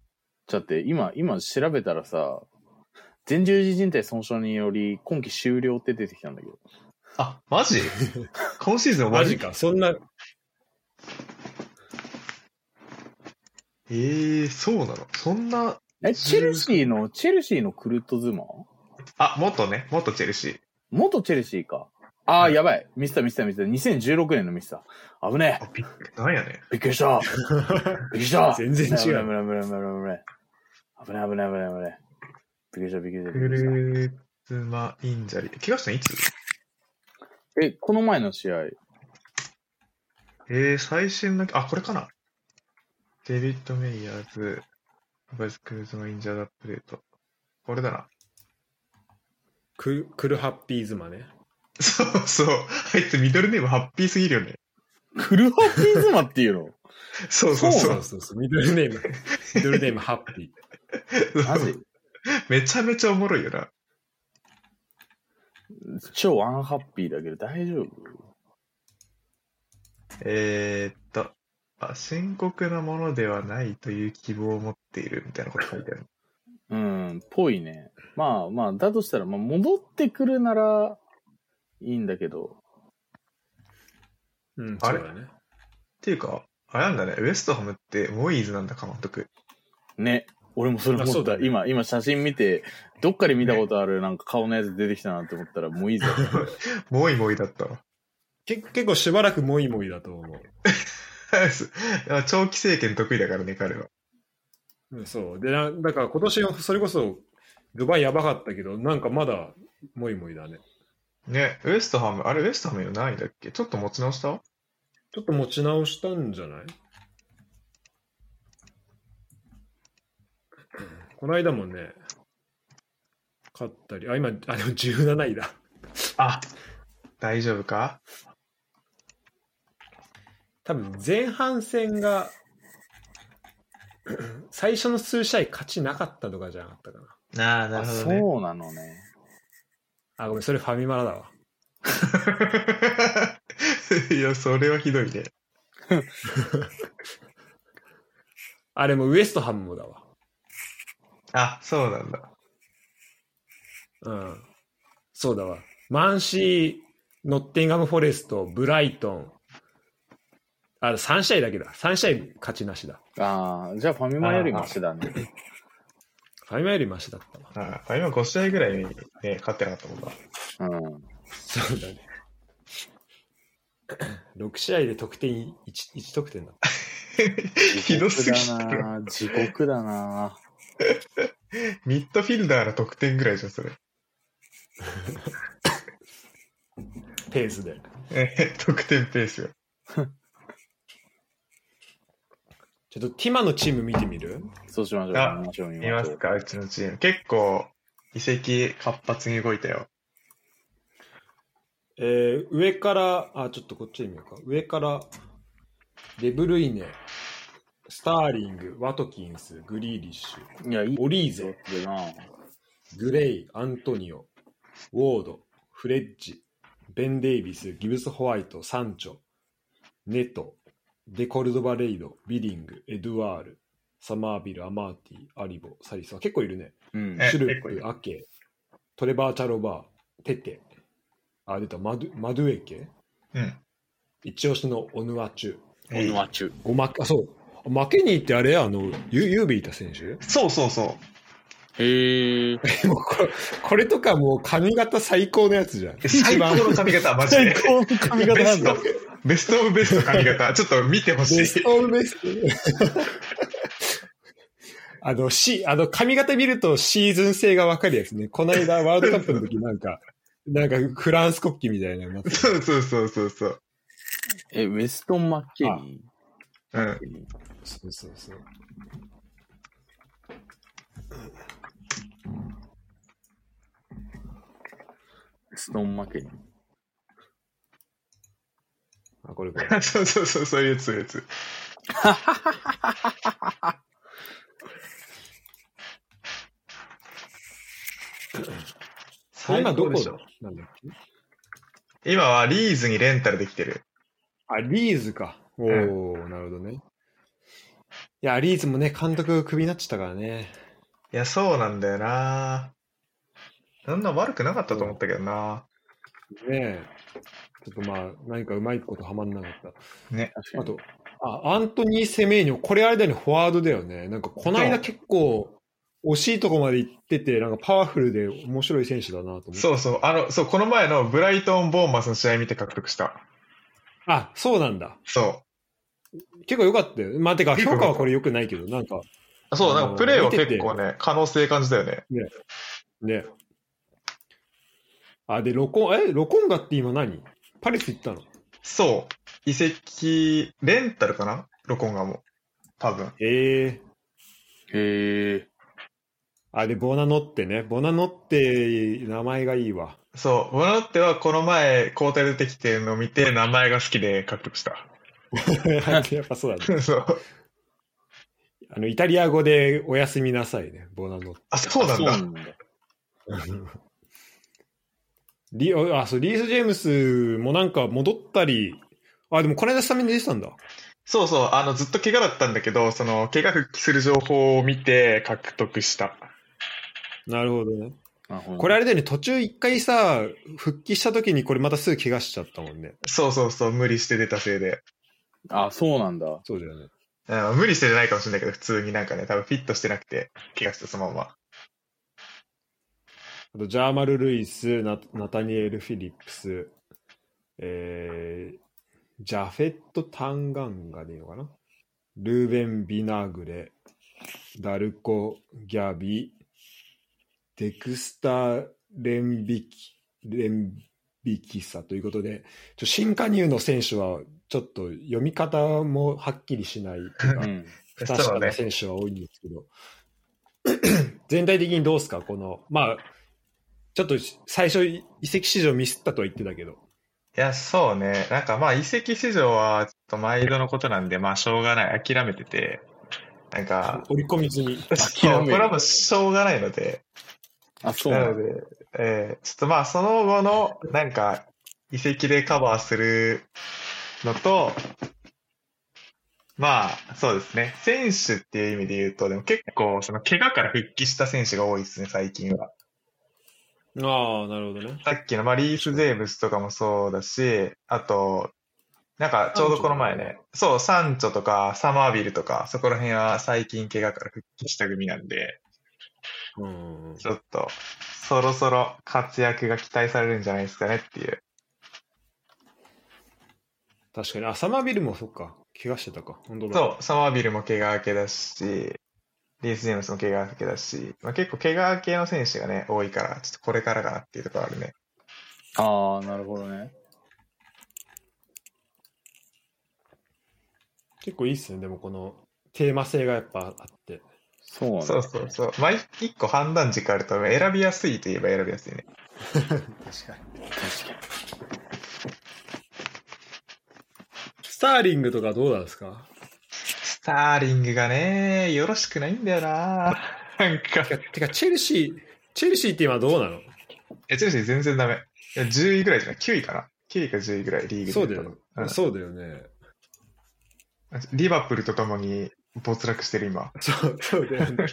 Speaker 3: だって、今、今調べたらさ、前十字靭帯損傷により、今季終了って出てきたんだけど。
Speaker 2: あ、マ (laughs) ジ今シーズン終わ
Speaker 1: マ
Speaker 2: り
Speaker 1: ジか、そんな、
Speaker 2: えー、そうなのそんな、
Speaker 3: え、チェルシーの、チェルシーのクルトズマ
Speaker 2: あ、元ね、元チェルシー。
Speaker 3: 元チェルシーか。ああ、やばい。ミスターミスターミスター。2016年のミスター。危ねえ
Speaker 2: あ、びっくり。なんやね。
Speaker 3: びっくり
Speaker 1: (laughs)
Speaker 3: した。びっくりした。
Speaker 1: 全然違う
Speaker 3: 危ない危ない危ない危ない危ない。危ない危ない危ない危ない。びっくりしたびっくりした
Speaker 2: ク
Speaker 3: びっくりした。
Speaker 2: ルーズマ、インジャリ。怪我したのいつ
Speaker 3: え、この前の試合。
Speaker 2: えー、最新の、あ、これかなデビッド・メイヤーズ、アバイス・クルーズのインジャーダップデート。これだな。 (laughs)
Speaker 1: ククルハッピーズマね。
Speaker 2: そうそう。あいつミドルネームハッピーすぎるよね。
Speaker 3: クルハピーズマっていうの
Speaker 2: そうそうそ。
Speaker 1: そううそうそう。ミドルネーム、ミドルネームハッピー。
Speaker 3: マジ
Speaker 2: (laughs) めちゃめちゃおもろいよな。
Speaker 3: 超アンハッピーだけど大丈夫
Speaker 2: えー、っと、あ、深刻なものではないという希望を持っているみたいなこと書いてある。
Speaker 3: うん、ぽいね。まあまあ、だとしたら、まあ戻ってくるならいいんだけど。
Speaker 1: うん、
Speaker 2: あ
Speaker 1: そ
Speaker 2: れ
Speaker 1: うだね。
Speaker 2: っていうか、あれなんだね、ウエストハムってモイーズなんだ、監督。
Speaker 3: ね。俺もそれ思
Speaker 1: あそ
Speaker 3: っ
Speaker 1: う
Speaker 3: た。
Speaker 1: だね
Speaker 3: 今、今写真見て、どっかで見たことある、なんか顔のやつ出てきたなって思ったら、も
Speaker 2: (laughs)
Speaker 3: ういいぞ。
Speaker 2: モイモイだった (laughs) わ。
Speaker 1: け結構しばらくモイモイだと思
Speaker 2: 長期政権得意だからね、彼は。
Speaker 1: う。うんそう。で、なだから今年、それこそ、ドバイやばかったけど、なんかまだ、モイモイだね。
Speaker 2: ね、ウエストハム、あれウエストハムよないんだっけちょっと持ち直した
Speaker 1: ちょっと持ち直したんじゃないこの間もね、勝ったり、あ、今、あ、でも17位だ。
Speaker 2: あ大丈夫か
Speaker 1: 多分前半戦が、最初の数試合勝ちなかったとかじゃなかったかな。
Speaker 2: ああ、
Speaker 3: あそうなのね。
Speaker 1: あ、ごめん、それファミマラだわ。
Speaker 2: (laughs) いや、それはひどいね。
Speaker 1: あれもウエストハムもだわ。
Speaker 2: あ、そうなんだ。
Speaker 1: うん。そうだわ。マンシー、ノッティンガム・フォレスト、ブライトン、あ、3試合だけだ。3試合勝ちなしだ。
Speaker 3: ああ、じゃあファミマよりマ
Speaker 2: (laughs)
Speaker 3: シだね。
Speaker 1: ファミマよりマシだったわ。
Speaker 2: ああ今5試合ぐらい、ね、勝ってなかったもんな。
Speaker 3: うん。
Speaker 1: そう (coughs) だね。6試合で得点 1, 1得点だった。
Speaker 2: ひどすぎ
Speaker 3: 地獄だな地獄だな
Speaker 2: ミッドフィルダーの得点ぐらいじゃん、それ。
Speaker 1: ペースで。
Speaker 2: え (laughs) 得点ペースが。
Speaker 1: ちょっとティマのチーム見てみる
Speaker 3: そうしましょう。
Speaker 2: あ
Speaker 3: 見ましょう見
Speaker 2: 見
Speaker 3: ま
Speaker 2: ま
Speaker 3: しょ
Speaker 2: す
Speaker 3: う。
Speaker 2: か、うちのチーム。結構、移籍活発に動いたよ。
Speaker 1: えー上から、あ、ちょっとこっちで見ようか。上から、デブルイネ、スターリング、ワトキンス、グリーリッシュ、
Speaker 3: いや、いい
Speaker 1: オリー
Speaker 3: ぞ
Speaker 1: ゼ、
Speaker 3: ってな
Speaker 1: グレイ、アントニオ、ウォード、フレッジ、ベン・デイビス、ギブス・ホワイト、サンチョ、ネト、デコルドバレイド、ビディング、エドワール、サマービル、アマーティ、アリボ、サリスは結構いるね。
Speaker 3: うん。
Speaker 2: え
Speaker 1: シュル
Speaker 2: 結構い
Speaker 1: ッ
Speaker 2: る
Speaker 1: プ、アケ、トレバー・チャロバー、テテ、あ、出た、マドゥマドゥエケ、
Speaker 2: うん。
Speaker 1: 一押しのオヌアチュ。
Speaker 3: オヌアチュ。
Speaker 1: おまけ、あ、そう。負けにってあれあの、ユユービーいた選手
Speaker 2: そうそうそ (laughs)
Speaker 3: へえ。
Speaker 1: でもこれ、これとかもう髪型最高のやつじゃん。
Speaker 2: う。最高の髪型、マジで。
Speaker 1: 高の髪
Speaker 2: ベスト、ベストオブベストの髪 (laughs) 型、ちょっと見てほし
Speaker 1: ベ
Speaker 2: い。
Speaker 1: ストオブベスト。あの、し、あの、髪型見るとシーズン性がわかるやつね。この間、ワールドカップの時なんか、 (laughs) なんかフランス国旗みたいなのになってた
Speaker 2: そうそうそうそうそう。
Speaker 3: え、ウェストン・マッケニ
Speaker 2: うん。 (laughs)
Speaker 3: ー。
Speaker 1: そうそうそう。
Speaker 3: ウェストン・マッケニー。
Speaker 1: あ、これこれ。
Speaker 2: そうそうそう、そういうやつ、そういうやつ。
Speaker 1: 今どこ
Speaker 2: (laughs) 最高でしょ
Speaker 1: なんだっけ
Speaker 2: 今はリーズにレンタルできてる。
Speaker 1: あ、リーズか。おお、なるほどね。いや、リーズもね、監督クビになっちゃったからね。
Speaker 2: いや、そうなんだよな。そんな悪くなかったと思ったけどな。
Speaker 1: ねえ。ちょっとまあ、何かうまいことはまんなかっ
Speaker 3: 確か
Speaker 1: た。あ
Speaker 3: に
Speaker 1: と、あ、アントニー・セメーニョ、これあれだよね、フォワードだよね。なんか、この間結構、惜しいとこまで行ってて、なんかパワフルで面白い選手だなと思って。
Speaker 2: そうそう、あの、そう、この前のブライトン・ボーンマスの試合見て獲得した。
Speaker 1: あ、そうなんだ。
Speaker 2: そう。
Speaker 1: 結構良かったよ。まあ、てか、
Speaker 2: 結構
Speaker 1: 評
Speaker 2: 良かっ
Speaker 1: 価
Speaker 2: た
Speaker 1: はこれ良くないけど、なんか、
Speaker 2: あそう、なんかプレーは
Speaker 1: 見てて
Speaker 2: 結構ね、可能性感じたよね。
Speaker 1: ね。あ、で、ロコン、え、ロコンガって今何パレス行ったの
Speaker 2: そう。移籍、レンタルかなロコンガも。多分。
Speaker 1: ええ
Speaker 3: へえ。
Speaker 1: あ、で、ボナノってね。ボナノって名前がいい
Speaker 2: (laughs)
Speaker 1: わ。
Speaker 2: そう。ボナロッテはこの前、交代出てきてるのを見て、名前が好きで獲得した。 (laughs)
Speaker 1: やっぱそうだね。
Speaker 2: そう。
Speaker 1: あの、イタリア語でおやすみなさいね、ボナノって。
Speaker 2: あ、そうなんだ。
Speaker 3: んだ。
Speaker 1: リおあそうリース・ジェームスもなんか戻ったり、あ、でもこの間スタメンで出てたんだ。
Speaker 2: そうそう。あの、ずっと怪我だったんだけど、その、怪我復帰する情報を見て、獲得した。
Speaker 1: なるほどね。
Speaker 3: なるほどね
Speaker 1: これあれだよね、途中一回さ、復帰した時にこれまたすぐ怪我しちゃったもんね。
Speaker 2: そうそうそう。無理して出たせいで。
Speaker 3: あ、そうなんだ。
Speaker 1: そうだよね。
Speaker 2: うん、無理してじゃないかもしれないけど、普通になんかね、多分フィットしてなくて、怪我したそのまま。
Speaker 1: あと、ジャーマル・ルイス、ナナタニエル・フィリップス、えー、ジャフェット・タンガンガでいいのかなルーベン・ビナグレ、ダルコ・ギャビ、デクスター・レンビキ、レンビキサということで、ちょ新加入の選手は、ちょっと読み方もはっきりしないという
Speaker 3: う (laughs)
Speaker 1: か、
Speaker 3: ん。
Speaker 1: 不確
Speaker 2: そ
Speaker 1: か
Speaker 2: う
Speaker 1: な
Speaker 2: ね
Speaker 1: 選手は多いんですけど、 (clears throat) 全体的にどうですか、この、まあ、ちょっと最初、移籍市場ミスったとは言ってたけど、
Speaker 2: いや、そうね。なんかまあ、移籍市場は、ちょっと毎度のことなんで、まあ、しょうがない。諦めてて、なんか、
Speaker 1: 織り込みずに、
Speaker 2: そう
Speaker 3: 諦める
Speaker 2: これはもうしょうがないので、
Speaker 3: あ、そう
Speaker 2: な
Speaker 3: な
Speaker 2: の
Speaker 3: んだ。
Speaker 2: で、えーちょっとまあ、その後の、なんか、遺跡でカバーするのと、まあ、そうですね。選手っていう意味で言うと、でも結構、その、怪我から復帰した選手が多いですね、最近は。
Speaker 1: ああ、なるほどね。
Speaker 2: さっきの、まあ、リース・ジェームスとかもそうだし、あと、なんかちょうどこの前ね、そう、サンチョとかサマービルとか、そこら辺は最近怪我から復帰した組なんで、
Speaker 1: うん。
Speaker 2: ちょっと、そろそろ活躍が期待されるんじゃないですかねっていう。
Speaker 1: 確かに、あ、サマービルもそっか。怪我してたか。本当だ。
Speaker 2: そう、サマービルも怪我明けだし、リース・ジェームスも怪我明けだし、まあ、結構怪我明けの選手がね、多いから、ちょっとこれからかなっていうところあるね。
Speaker 3: ああ、なるほどね。
Speaker 1: 結構いいっすね。でもこのテーマ性がやっぱあって。
Speaker 3: そうなんだ
Speaker 2: そうそうそう。まあ、一個判断軸あると、選びやすいといえば選びやすいね。
Speaker 1: 確かに。
Speaker 3: 確かに。
Speaker 1: スターリングとかどうなんですか
Speaker 2: スターリングがね、よろしくないんだよななんか、
Speaker 1: てか、てかチェルシー、チェルシーって今どうなの
Speaker 2: え、チェルシー全然ダメ。いや10位ぐらいじゃない ?9 位かな ?9 位か10位ぐらい、リーグで
Speaker 1: そうだ
Speaker 2: 言
Speaker 1: よ
Speaker 2: うと
Speaker 1: ね、そうだよね。
Speaker 2: うんリバプールとともに没落してる今。
Speaker 1: そう、そうだよ (laughs) ね。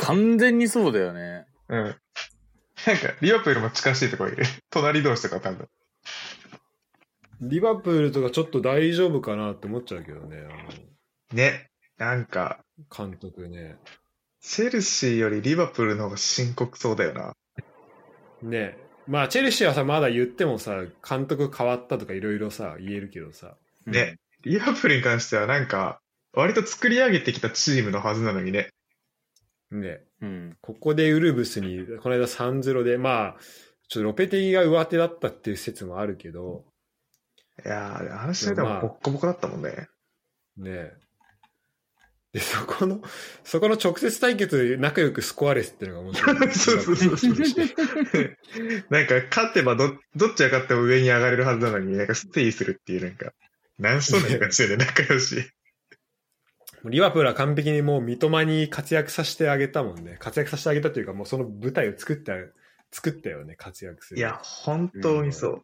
Speaker 3: 完全にそうだよね。
Speaker 2: (laughs) うん。なんか、リバプールも近しいとこいる。隣同士とか多分。
Speaker 1: リバプールとかちょっと大丈夫かなって思っちゃうけどね。あ
Speaker 2: ね。なんか、
Speaker 1: の監督ね。
Speaker 2: チェルシーよりリバプールの方が深刻そうだよな。
Speaker 1: ねまあ、チェルシーはさ、まだ言ってもさ、監督変わったとかいろいろさ、言えるけどさ。
Speaker 2: ね。リバプールに関してはなんか、割と作り上げてきたチームのはずなのにね。
Speaker 1: ね
Speaker 3: うん。
Speaker 1: ここでウルブスに、この間3-0で、まあ、ちょっとロペティが上手だったっていう説もあるけど、
Speaker 2: いやー、あの試合でもボッコボコだったもんね。。
Speaker 1: ねで、そこの、そこの直接対決で仲良くスコアレスっていうのが面白い
Speaker 2: (laughs) そうそうそうそう。なんか、勝てばど、どっちが勝っても上に上がれるはずなのに、なんか、ステイするっていう、なんか、何しとんねんって感じだよね、仲良し。
Speaker 1: リバプールは完璧にもう三笘に活躍させてあげたもんね。活躍させてあげたというか、もうその舞台を作った、作ったよね、活躍する。
Speaker 2: いや、本当にそう。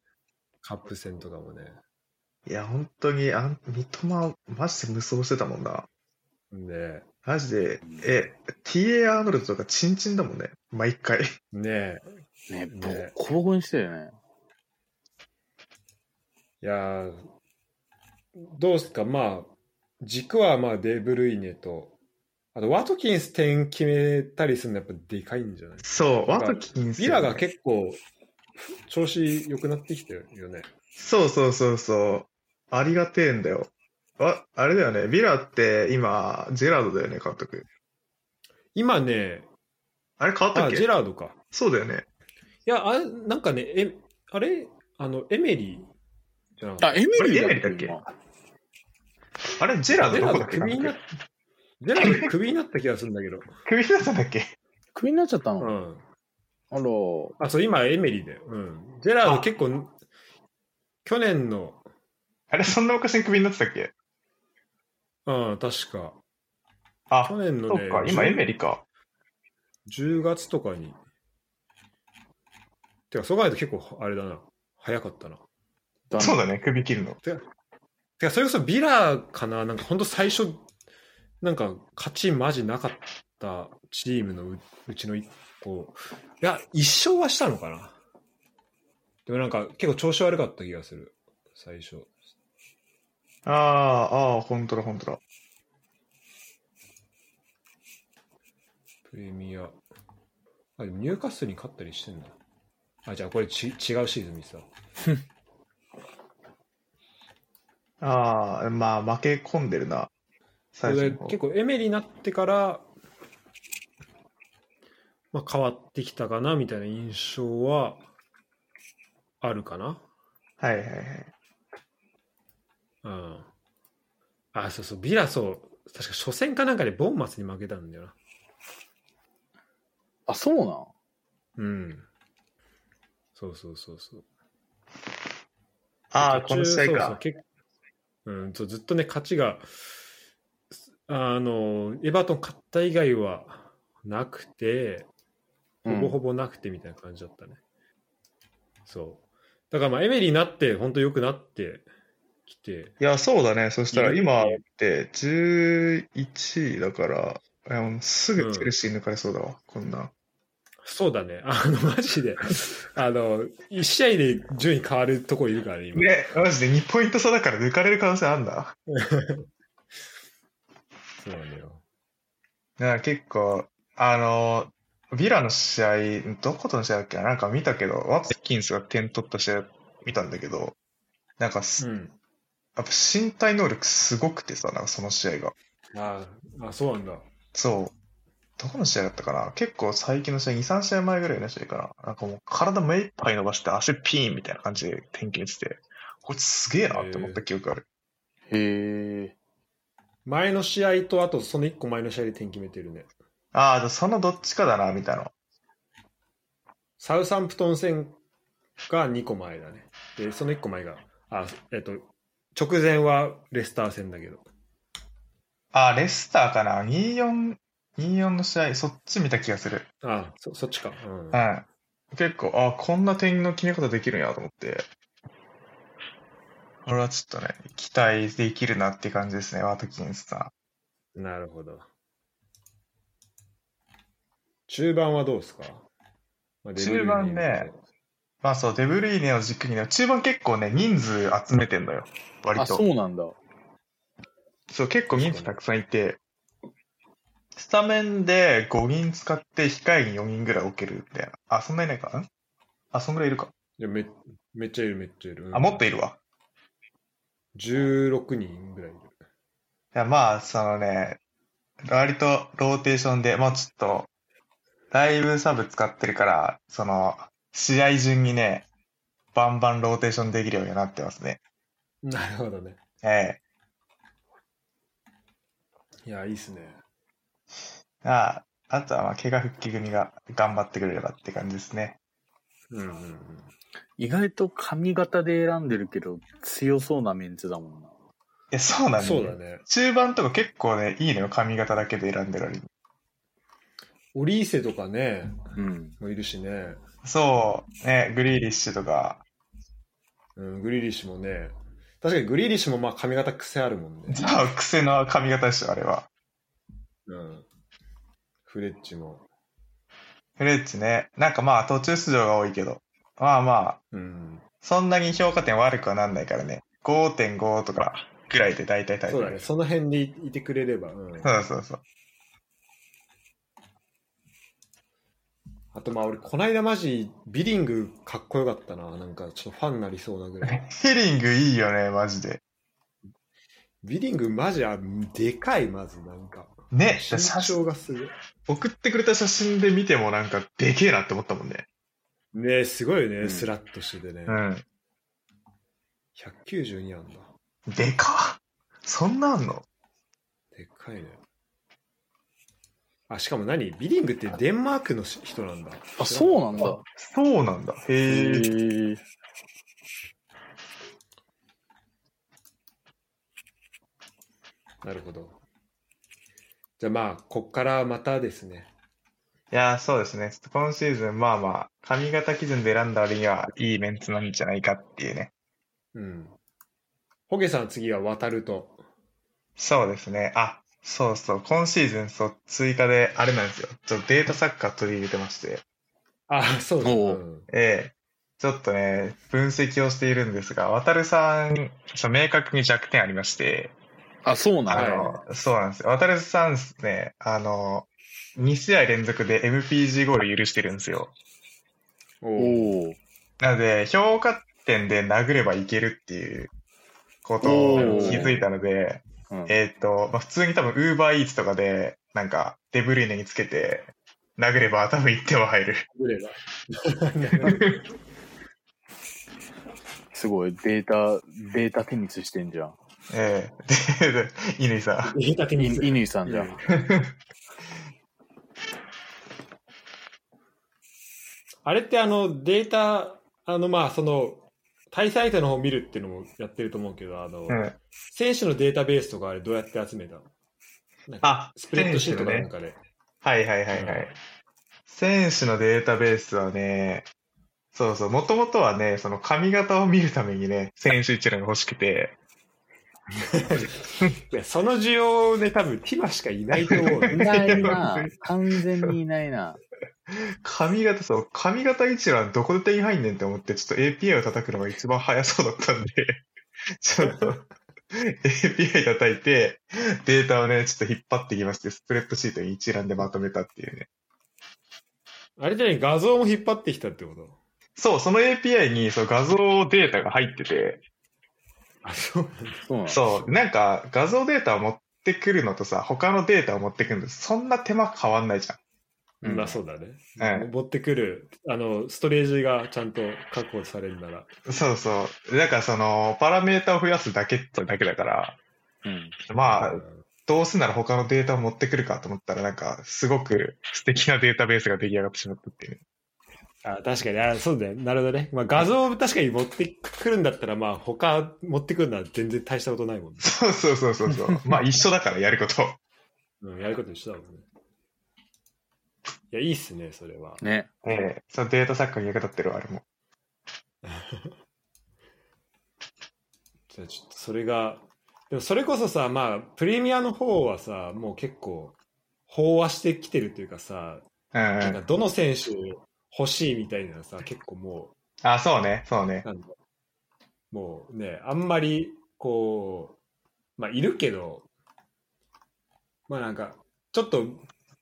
Speaker 1: カップ戦とかもね。
Speaker 2: いや、本当に、あん三笘、マジで無双してたもんな。
Speaker 1: ね
Speaker 2: マジで、え、TA アーノルドとかチンチンだもんね、毎回。
Speaker 1: ね
Speaker 3: ね、ボッ
Speaker 1: ね
Speaker 3: コボコにしてるよね。
Speaker 1: いやーどうすか、まあ、軸はまあデブルイネと、あとワトキンス点決めたりするのやっぱでかいんじゃない
Speaker 2: そう、
Speaker 1: な
Speaker 2: ワ
Speaker 1: んか
Speaker 2: トキンス、
Speaker 1: ビラが結構調子良くなってきてるよね。
Speaker 2: そうそうそうそう。ありがてえんだよ。あ、あれだよね、ビラって今、ジェラードだよね、監督。
Speaker 1: 今ね、
Speaker 2: あれ変わった
Speaker 1: あ、
Speaker 2: っ
Speaker 1: ジェ
Speaker 2: け
Speaker 1: ラードか。
Speaker 2: そうだよね。
Speaker 1: いや、あれ、なんかね、え、あれあの、エメリーじゃなか
Speaker 3: あ
Speaker 1: っ、た
Speaker 3: エメリー
Speaker 2: あれエメリーだっけ
Speaker 3: 今
Speaker 2: あれ、ジェラー
Speaker 1: ジェ
Speaker 2: ド
Speaker 1: ラ
Speaker 2: ど
Speaker 1: ード
Speaker 2: こだっけ
Speaker 1: クビになっジェラードクビになった気がするんだけど。
Speaker 2: クビだったんだっけ
Speaker 3: クビになっちゃった
Speaker 1: う
Speaker 3: の
Speaker 1: ん。
Speaker 3: あら。
Speaker 1: あ、そう、今、エメリーだよ。うん。ジェラード
Speaker 2: あ
Speaker 1: 結構、去年の、
Speaker 2: あれ、そんな昔にクビになってたっけ
Speaker 1: うん、確か。
Speaker 2: あ、
Speaker 1: 去年の
Speaker 2: そ
Speaker 1: ね
Speaker 2: っ、か、今エメリか。
Speaker 1: 10月とかに。てか、そう考えると結構、あれだな。早かったな。
Speaker 3: だ
Speaker 2: そう
Speaker 3: ね。
Speaker 2: だね、首切るの。
Speaker 1: てか、それこそビラかななんか、ほんと最初、なんか、勝ちマジなかったチームのううちの一個。いや、一勝はしたのかなでもなんか、結構調子悪かった気がする。最初。
Speaker 2: ああ、ああ、ほんとだ、ほんとだ。
Speaker 1: プレミア。あ、でもニューカッスルに勝ったりしてんだ。あ、じゃあこれち違うシーズン見てた。
Speaker 2: ああ、まあ、負け込んでるな。
Speaker 1: そ
Speaker 2: 最
Speaker 1: れ
Speaker 2: 初
Speaker 1: で
Speaker 2: の方
Speaker 1: 結構エメリになってから、まあ、変わってきたかなみたいな印象はあるかな。
Speaker 2: はいはいはい。
Speaker 1: うん。あ、そうそう、ビラそう、確か初戦かなんかでボンマスに負けたんだよな。
Speaker 3: あ、そうなん
Speaker 1: うん。そうそうそうそう。
Speaker 2: ああ、
Speaker 1: 途中
Speaker 2: この試合
Speaker 1: そうそう
Speaker 2: か。
Speaker 1: 結うん、そうずっとね、勝ちが、あの、エバートン勝った以外はなくて、ほぼほぼなくてみたいな感じだったね。そう。だからまあ、エメリーになって、本当良くなってきて、
Speaker 2: いや、そうだね。そしたら今って11位だから、いやもうすぐチェルシー抜かれそうだわ、こんな。
Speaker 1: そうだね。あの、マジで。あの、1試合で順位変わるとこいるからね、今。
Speaker 2: ね、マジで2ポイント差だから抜かれる可能性あんだ。
Speaker 1: そうなんだよ。
Speaker 2: だから結構、あの、ヴィラの試合、どことの試合だっけななんか見たけど、ワッキンスが点取った試合見たんだけど、なんかす、
Speaker 1: うん。
Speaker 2: やっぱ身体能力すごくてさ、なんかその試合が。
Speaker 1: あーあ、そうなんだ。
Speaker 2: そう。どこの試合だったかな結構最近の試合、2、3試合前ぐらいの試合かななんかもう体目いっぱい伸ばして足ピーンみたいな感じで点検してて、こいつすげえなって思った記憶ある。
Speaker 3: へえ。
Speaker 1: 前の試合と、あとその1個前の試合で点決めてるね。
Speaker 2: ああ、じゃあそのどっちかだな、みたいな。
Speaker 1: サウサンプトン戦が2個前だね。で、その1個前が、あ、えっと、直前はレスター戦だけど。
Speaker 2: ああ、レスターかな ?24、24の試合、そっち見た気がする。
Speaker 1: あそ、そっちか。うん。
Speaker 2: はい。結構、あこんな点の決め方できるんやと思って。これはちょっとね、期待できるなって感じですね、ワトキンスさ
Speaker 1: なるほど。中盤はどうですか、まあ
Speaker 2: 中盤ね。ん。まあそう、デブルイネを軸にね、中盤結構ね、人数集めてんだよ、割
Speaker 3: あ、
Speaker 2: と。
Speaker 3: そ
Speaker 2: そう
Speaker 3: うなんだ。
Speaker 2: 結構人数たくさんいて、スタメンで5人使って、控えに4人ぐらい置けるみたいな。あ、そんないないかんあ、そんぐらいいるか。
Speaker 1: デブルイネいやめめっちゃいる、めっちゃいる。うん
Speaker 2: あ、もっといるわ。
Speaker 1: 16人ぐらいいる。
Speaker 2: いや、まあ、そのね、割とローテーションで、もうちょっと、だいぶサブ使ってるから、その、試合順にね、バンバンローテーションできるようになってますね。
Speaker 1: なるほどね。
Speaker 2: ええ
Speaker 1: いや、いいっすね。
Speaker 2: ああ、あとは、まあ、怪我復帰組が頑張ってくれればって感じですね。
Speaker 1: うんうんうん。
Speaker 3: 意外と髪型で選んでるけど、強そうなメンツだもんな。
Speaker 2: いや、そうなんだ、
Speaker 1: そうだ。ね。
Speaker 2: 中盤とか結構ね、いいのよ、髪型だけで選んでる割に
Speaker 1: オリーセとかね、
Speaker 3: うん。
Speaker 1: もいるしね。
Speaker 2: そう、ね、グリーリッシュとか、
Speaker 1: うん、グリーリッシュもね。確かにグリーリッシュもまあ髪型癖あるもんね。
Speaker 2: じゃあ、癖の髪型でしょ、あれは。
Speaker 1: (laughs) うん。フレッチも。
Speaker 2: フレッチね、なんかまあ、途中出場が多いけど、まあまあ、
Speaker 1: うん。
Speaker 2: そんなに評価点悪くはなんないからね。5.5とかぐらいで大体大
Speaker 1: そうだね。
Speaker 2: 体。
Speaker 1: その辺でいいてくれれば。うん。
Speaker 2: そうそうそう。
Speaker 1: あとまあ俺、こないだマジ、ビリングかっこよかったな。なんかちょっとファンになりそうなぐら (laughs) い。
Speaker 2: ヒリングいいよね、マジで。
Speaker 1: ビリングマジ、あ、でかい、まずなんか。
Speaker 2: ね、写
Speaker 1: 身長がすごい。
Speaker 2: 送ってくれた写真で見てもなんかでけえなって思ったもんね。
Speaker 1: ねすごいよね。
Speaker 3: うん
Speaker 1: スラッとしててね。
Speaker 2: ん。
Speaker 1: 192あんだ。
Speaker 2: でかっそんなあんの
Speaker 1: でっかいね。あ、しかも何ビリングってデンマークのし人なんだ。
Speaker 3: あ、そうなんだ。
Speaker 2: そうなんだ。へえ。
Speaker 3: へえ。
Speaker 1: なるほど。じゃあまあ、こっからまたですね。
Speaker 2: いやー、そうですね。ちょっと今シーズン、まあまあ、髪型基準で選んだ割にはいいメンツなんじゃないかっていうね。
Speaker 1: うん。ホゲさん次は渡ると。
Speaker 2: そうですね。あ、そうそう。今シーズン、そう、追加で、あれなんですよ。ちょっとデータサッカー取り入れてまして。
Speaker 1: あ、そうだ、
Speaker 3: おう
Speaker 1: うん
Speaker 2: ええ、ちょっとね、分析をしているんですが、渡るさん、ちょ明確に弱点ありまして、
Speaker 3: あ、そうなん
Speaker 2: あ
Speaker 3: だ。
Speaker 2: の、そうなんですよ。渡るさんですね、あの、2試合連続で MPG ゴール許してるんですよ。
Speaker 1: おう
Speaker 3: おお。
Speaker 2: なので、評価点で殴ればいけるっていうことを気づいたので、
Speaker 3: うん
Speaker 2: えっ、と、まあ、普通に多分 UberEats とかで、なんか、デブルイネにつけて、殴れば多分1点は入る。
Speaker 1: ぐれ (laughs) ば。
Speaker 3: すごい、データ、データテニスしてんじゃん。
Speaker 2: ええで、で乾さん。
Speaker 1: 言いたてに
Speaker 3: い乾さんじゃ
Speaker 1: うん
Speaker 3: ん。
Speaker 1: (laughs) あれってあのデータ、あのまあその対サイトの方見るっていうのもやってると思うけど、あの、
Speaker 2: うん。
Speaker 1: 選手のデータベースとかあれどうやって集めたの
Speaker 2: あ、
Speaker 1: スプレッドシートかな
Speaker 2: ね
Speaker 1: ん。かで、
Speaker 2: はいはいはいはい。選手のデータベースはね、そうそう、もともとはね、その髪型を見るためにね、選手一覧が欲しくて、
Speaker 1: いやその需要ね、多分ティマしかいないと思う、
Speaker 3: いないな。完全にいないな。
Speaker 2: 髪型そう、髪型一覧どこで手に入んねんって思って、ちょっと API を叩くのが一番早そうだったんで、 (laughs) ちょっと API 叩いて、データをね、ちょっと引っ張ってきまして、スプレッドシートに一覧でまとめたっていうね。
Speaker 1: (laughs) あれじゃない、画像も引っ張ってきたってこと
Speaker 2: そう、その API にそう画像データが入ってて、
Speaker 1: あ、そう
Speaker 3: そうなの
Speaker 2: そう、なんか画像データを持ってくるのとさ、他のデータを持ってくるのと、そんな手間変わんないじゃん。
Speaker 3: うん
Speaker 1: まあそうだね、
Speaker 2: ええ
Speaker 1: 持ってくるあのストレージがちゃんと確保されるなら
Speaker 2: そうそう。だからその、パラメータを増やすだけってだけだから、
Speaker 3: うん。
Speaker 2: まあ、どうせなら他のデータを持ってくるかと思ったら、なんか、すご (laughs) く素敵なデータベースが出来上がってしまったっていうね。
Speaker 1: あ確かにあそうだよなるほどね、まあ、画像を確かに持ってくるんだったらまあ他持ってくるのは全然大したことないもんね、
Speaker 2: そうそうそうそう (laughs) そう。まあ、一緒だから、やること。
Speaker 1: うん、やること一緒だもんねいやいいっすねそれは
Speaker 3: ね。
Speaker 2: ええそのデータ作家に役立ってるわ、あれも。
Speaker 1: じゃあちょっとそれがでもそれこそさまあプレミアの方はさもう結構飽和してきてるというかさ
Speaker 2: うんう
Speaker 1: なんか
Speaker 2: ん。
Speaker 1: どの選手欲しいみたいなのさ結構もう
Speaker 2: あ、そうね、そうね。
Speaker 1: なんだもうね、あんまり、こう、まあ、いるけど、まあなんか、ちょっと、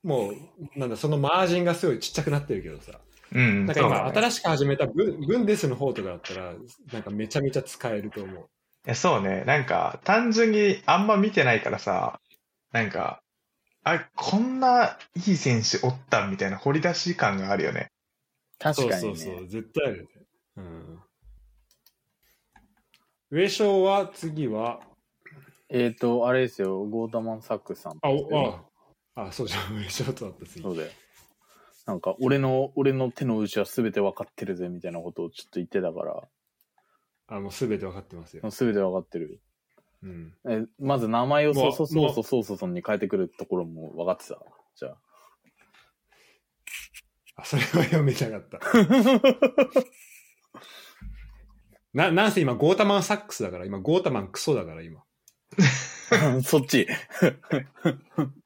Speaker 1: もう、なんだ、そのマージンがすごいちっちゃくなってるけどさ、
Speaker 2: うん。
Speaker 1: なんか今、
Speaker 2: そうね
Speaker 1: 新しく始めたブンブンデスの方とかだったら、なんかめちゃめちゃ使えると思う。
Speaker 2: いやそうね、なんか、単純にあんま見てないからさ、なんか、あ、こんないい選手おったんみたいな掘り出し感があるよね。
Speaker 3: 確かに、ね。
Speaker 1: そうそうそう、絶対あるよね。うん。上昇は次は、
Speaker 3: えっ、と、あれですよ、ゴータマンサックさん。
Speaker 1: あ、お、あ、あ、そうじゃん、上昇とあった次。
Speaker 3: そうだよ。なんか、俺の、俺の手の内は全て分かってるぜ、みたいなことをちょっと言ってたか
Speaker 1: あ、もうすべて分かってます
Speaker 3: ら、
Speaker 1: よ。
Speaker 3: 全て分かってる。
Speaker 1: うん。
Speaker 3: え、まず名前を
Speaker 1: も
Speaker 3: そうそそうそそうそそに変えてくるところも分かってた。じゃあ。
Speaker 1: あ、それは読めなかった。な、なんせ今、ゴータマンサックスだから、今、ゴータマンクソだから、今。
Speaker 3: そっち。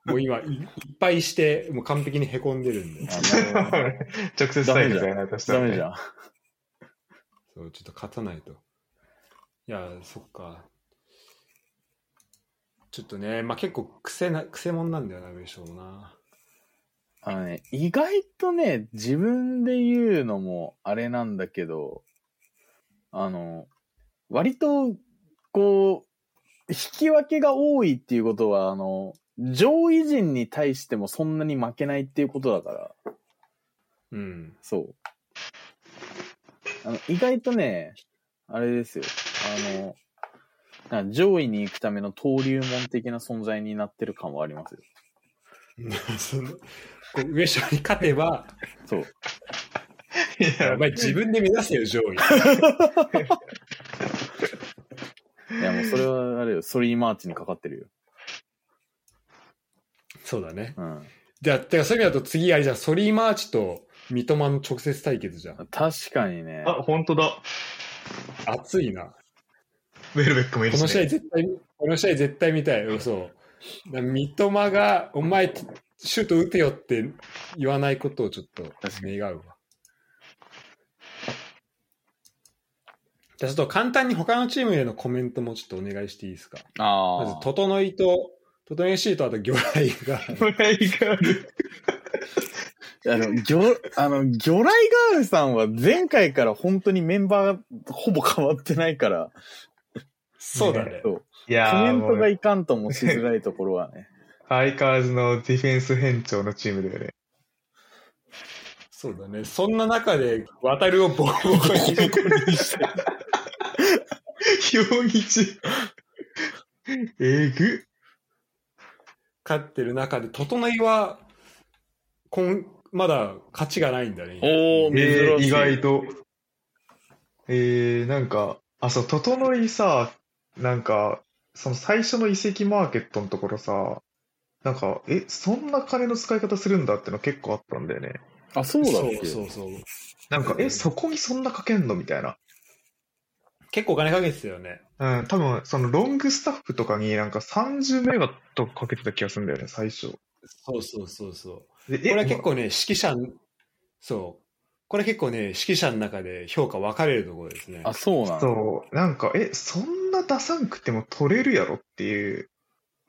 Speaker 1: もう今、いいっぱいして、もう完璧に凹んでるんで。
Speaker 3: あなるほど
Speaker 2: (laughs) 直接対決やなとした
Speaker 3: ダ
Speaker 2: らね
Speaker 3: メじゃん。
Speaker 1: そう、ちょっと勝たないと。いや、そっか。ちょっとね、まあ結構癖な、癖もんなんだよな、上昇もな。
Speaker 3: あのね、意外とね、自分で言うのもあれなんだけど、あの、割と、こう、引き分けが多いっていうことは、あの、上位陣に対してもそんなに負けないっていうことだから、 (laughs)
Speaker 1: うん。
Speaker 3: そう。あの、意外とね、あれですよ、あの、なんか上位に行くための登竜門的な存在になってる感はありますよ。
Speaker 1: その、こう上昇に勝てば、
Speaker 3: そう。
Speaker 2: いや
Speaker 1: お前自分で目指せよ、上位。
Speaker 3: いや、もうそれはあれよ、ソリーマーチにかかってるよ。
Speaker 1: そうだね。
Speaker 3: うん。
Speaker 1: じゃあ、てか、そういう意味だと次、あれじゃんソリーマーチと三笘の直接対決じゃん。
Speaker 3: 確かにね。
Speaker 2: あ、本当だ。
Speaker 1: 熱いな。
Speaker 2: ウェルベックもいる
Speaker 1: こ
Speaker 2: し、ね。
Speaker 1: の試合絶対、この試合絶対見たい。うんそう。だ三笘が、お前、シュート打てよって言わないことをちょっと願うわ。じゃあちょっと簡単に他のチームへのコメントもちょっとお願いしていいですか。
Speaker 3: あ
Speaker 1: ま
Speaker 3: あ
Speaker 1: ず、整いと、整いシート、あと魚雷が。
Speaker 2: がある。
Speaker 3: あの、魚、あの、魚雷ガールさんは前回から本当にメンバーほぼ変わってないから、
Speaker 1: そうだね。
Speaker 3: そう
Speaker 2: い
Speaker 3: コ
Speaker 2: や
Speaker 3: メ
Speaker 2: ー
Speaker 3: ン
Speaker 2: も
Speaker 3: トが
Speaker 2: う
Speaker 3: いかんともしづらいところはね。
Speaker 2: 相変わらずのディフェンス変調のチーム
Speaker 3: (laughs)
Speaker 2: だよね。
Speaker 1: そうだね。そんな中で、渡るをボコボコにして。
Speaker 2: 表日。えぐ。
Speaker 1: 勝ってる中で、整いは、こんまだ勝ちがないんだね。
Speaker 3: おー
Speaker 2: えー、
Speaker 3: 珍しい
Speaker 2: 意外と。えー、なんか、あ、そう、整いさ、なんか、その最初の移籍マーケットのところさ、なんか、え、そんな金の使い方するんだっての結構あったんだよね。
Speaker 3: (laughs) あ、そうだっけ
Speaker 1: そうそうそう。
Speaker 2: なんか、え、そこにそんなかけんのみたいな。
Speaker 1: 結構お金かけてたよね。
Speaker 2: うん、多分、そのロングスタッフとかになんか30メガとかかけてた気がするんだよね、最初。
Speaker 1: そうそうそうそう。
Speaker 2: で
Speaker 1: これは
Speaker 2: え
Speaker 1: 結構ね、指揮者、そう。これ結構ね、指揮者の中で評価分かれるところですね。
Speaker 3: あ、そうなの
Speaker 2: そう、なんか、え、そんな出さんくても取れるやろっていう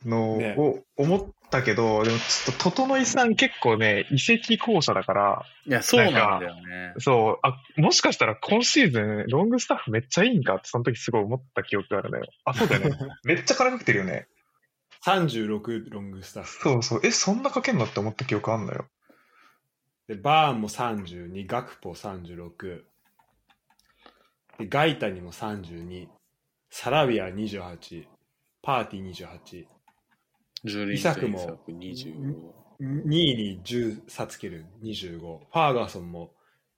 Speaker 2: の
Speaker 1: ね
Speaker 2: を思ったけど、でもちょっと、整井さん結構ね、移籍候補者だから、
Speaker 3: いや、そうなんだよね。
Speaker 2: そう、あ、もしかしたら今シーズン、ロングスタッフめっちゃいいんかって、その時すごい思った記憶があるのよ。あ、そうだよね。 (laughs) めっちゃ金かけてるよね。
Speaker 1: 36ロングスタッフ。
Speaker 2: そうそう、え、そんなかけんのって思った記憶あんのよ。
Speaker 1: で、バーンも32、ガクポ36、でガイタにも32、サラビア28、パーティー28、
Speaker 4: ジョリ
Speaker 1: イ
Speaker 4: ンと
Speaker 1: サク
Speaker 4: イ
Speaker 1: も
Speaker 4: サク25。
Speaker 1: 2位に10差つける25、ファーガソンも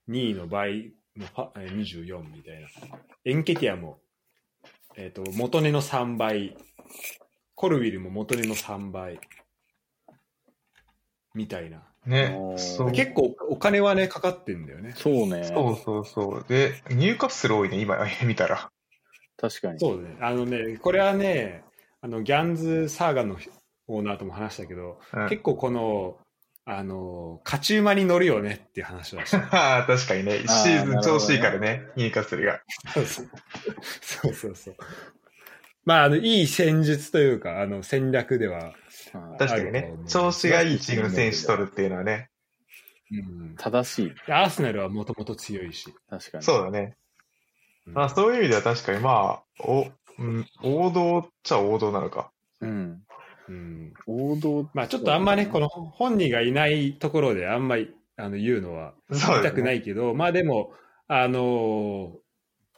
Speaker 1: 2位の倍のファえー24みたいな、エンケティアも、えー、と元値の3倍、コルウィルも元値の3倍みたいな、
Speaker 2: ね
Speaker 4: お、ー
Speaker 2: そう。
Speaker 1: 結構お金はね、かかってんだよね。
Speaker 3: そうね。
Speaker 2: そうそうそう。で、入荷数多いね、今、見たら。
Speaker 3: 確かに。
Speaker 1: そうね、あのね、これはね、あのギャンズサーガのオーナーとも話したけど、
Speaker 2: うん
Speaker 1: 結構この、あの、勝ち馬に乗るよねっていう話はした。
Speaker 2: (laughs) ああ、確かにね。シ
Speaker 3: あー
Speaker 2: ーズン調子いいからね、入荷するが。
Speaker 1: そうそうそうそう。まあ、あの、いい戦術というか、あの、戦略では、
Speaker 3: はい
Speaker 2: 確かに
Speaker 1: ある
Speaker 2: ね
Speaker 1: と思う。
Speaker 2: 調子がいいチームの選手取るっていうのはね。
Speaker 1: うん、
Speaker 3: 正しい。
Speaker 1: アーセナルはもともと強いし。
Speaker 3: 確かに。
Speaker 2: そうだね。
Speaker 1: うん
Speaker 2: まあそういう意味では確かにまあ、お、うん、王道っちゃ王道なのか。
Speaker 3: うん。
Speaker 1: うん
Speaker 3: 王道。
Speaker 1: まあ、ちょっとあんまね、こ
Speaker 3: の。
Speaker 1: の本人がいないところで、あんまりあの言うのは
Speaker 2: そう
Speaker 1: 言いた
Speaker 2: だ
Speaker 1: くな
Speaker 2: ね。
Speaker 1: いけど、まあでも、あの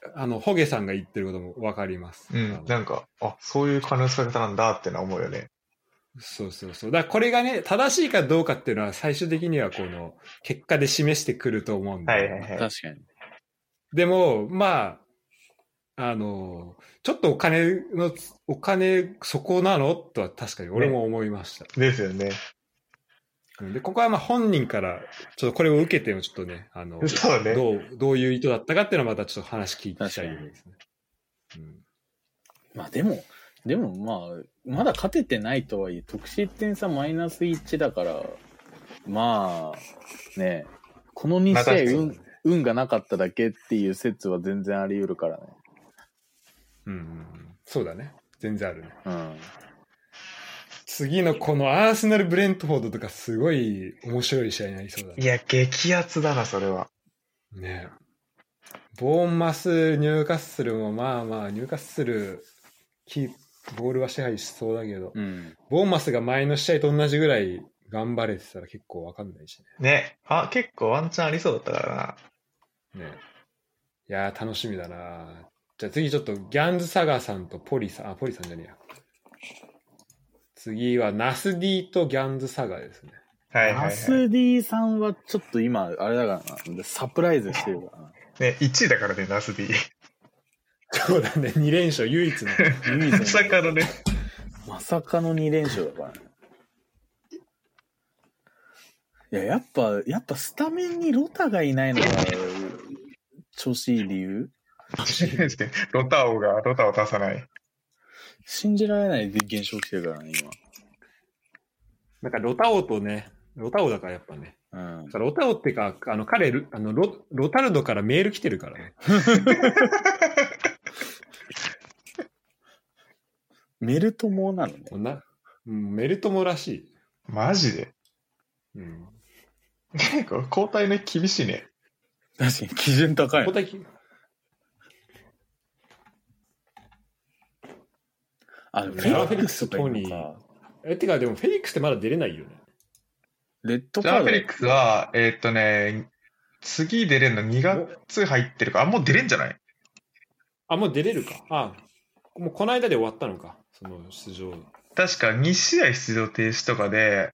Speaker 1: ーあの、ホゲさんが言ってることもわかります。
Speaker 2: う
Speaker 1: あ
Speaker 2: ん
Speaker 1: の、
Speaker 2: なんか、あ、そういう金の使い方なんだってのは思うよね。
Speaker 1: そうそうそう。だからこれがね、正しいかどうかっていうのは、最終的にはこの、結果で示してくると思うんで。
Speaker 2: はいはいはい。
Speaker 3: 確かに。
Speaker 1: でも、まあ、あのーちょっとお金の、お金、そこなのとは確かに俺も思いました。
Speaker 2: ですよね。
Speaker 1: うんで、ここはまあ本人から、ちょっとこれを受けてもちょっとね、あ
Speaker 2: (laughs)
Speaker 1: の、
Speaker 2: そうね。
Speaker 1: どう、どういう意図だったかっていうのはまたちょっと話聞いていきたいですね。うん
Speaker 3: まあでも、でもまあ、まだ勝ててないとはいえ、得失点差マイナス1だから、まあ、ね、この2
Speaker 2: まあ確
Speaker 3: 試
Speaker 2: か
Speaker 3: 合
Speaker 2: に
Speaker 3: 運、運がなかっただけっていう説は全然あり得るからね。
Speaker 1: うんうんうん、そうだね。全然あるね。
Speaker 3: うん。
Speaker 1: 次のこのアーセナル・ブレントフォードとかすごい面白い試合になりそうだ
Speaker 2: い
Speaker 1: ね。
Speaker 2: や、激アツだな、それは。
Speaker 1: ねボーンマス、ニューカッスルもまあまあ、ニューカッスル、キーボールは支配しそうだけど、
Speaker 3: うん。
Speaker 1: ボーンマスが前の試合と同じぐらい頑張れてたら結構わかんないし
Speaker 2: ね。あ、結構ワンチャンありそうだったからな。
Speaker 1: ね。ねいやー、楽しみだなじゃあ次ちょっとギャンズ・サガさんとポリさん、あ、ポリさんじゃねえや。次はナスディとギャンズ・サガですね。
Speaker 2: はいはい、は
Speaker 3: ア
Speaker 2: い。
Speaker 3: スディさんはちょっと今、あれだからな、サプライズしてるからな。
Speaker 2: ね、1位だからね、ナス D。
Speaker 1: そうだね、2連勝唯一 (laughs) の。
Speaker 3: 唯
Speaker 2: ま
Speaker 3: 一
Speaker 2: さ
Speaker 3: の
Speaker 2: かのね。
Speaker 3: まさかの2連勝だからね。いや、やっぱ、やっぱスタメンにロタがいないのが、調子いい理由
Speaker 2: ロタオがロタを出さない。
Speaker 3: 信じられない現象起きてるからね、
Speaker 1: (laughs) なんかロタオとね、ロタオだからやっぱね。
Speaker 3: 今。うん。
Speaker 1: ロタオってか、あの彼、ルあのロロタルドからメール来てるからね。
Speaker 3: メルトモなのね。
Speaker 1: こんな、うん、メルトモらしい。
Speaker 2: マジで
Speaker 1: うん。
Speaker 2: 結構交代ね、厳しいね。
Speaker 3: 確かに基準高
Speaker 1: 交。代き
Speaker 3: あ、でも
Speaker 1: フェリック
Speaker 3: と
Speaker 1: ス
Speaker 3: かい
Speaker 1: ト
Speaker 3: い
Speaker 1: ニ
Speaker 3: の
Speaker 1: ー
Speaker 3: か。
Speaker 1: え、てか、でもフェリックスってまだ出れないよね。
Speaker 3: レッド
Speaker 2: ジ
Speaker 3: カ
Speaker 2: ャ
Speaker 3: ー
Speaker 2: ー
Speaker 3: ド
Speaker 2: フェリックスは、えーっとね、次出れんの2月入ってるから、あ、もう出れんじゃない
Speaker 1: あ、もう出れるか。あ、もうこの間で終わったのか。その出場。
Speaker 2: 確か2試合出場停止とかで、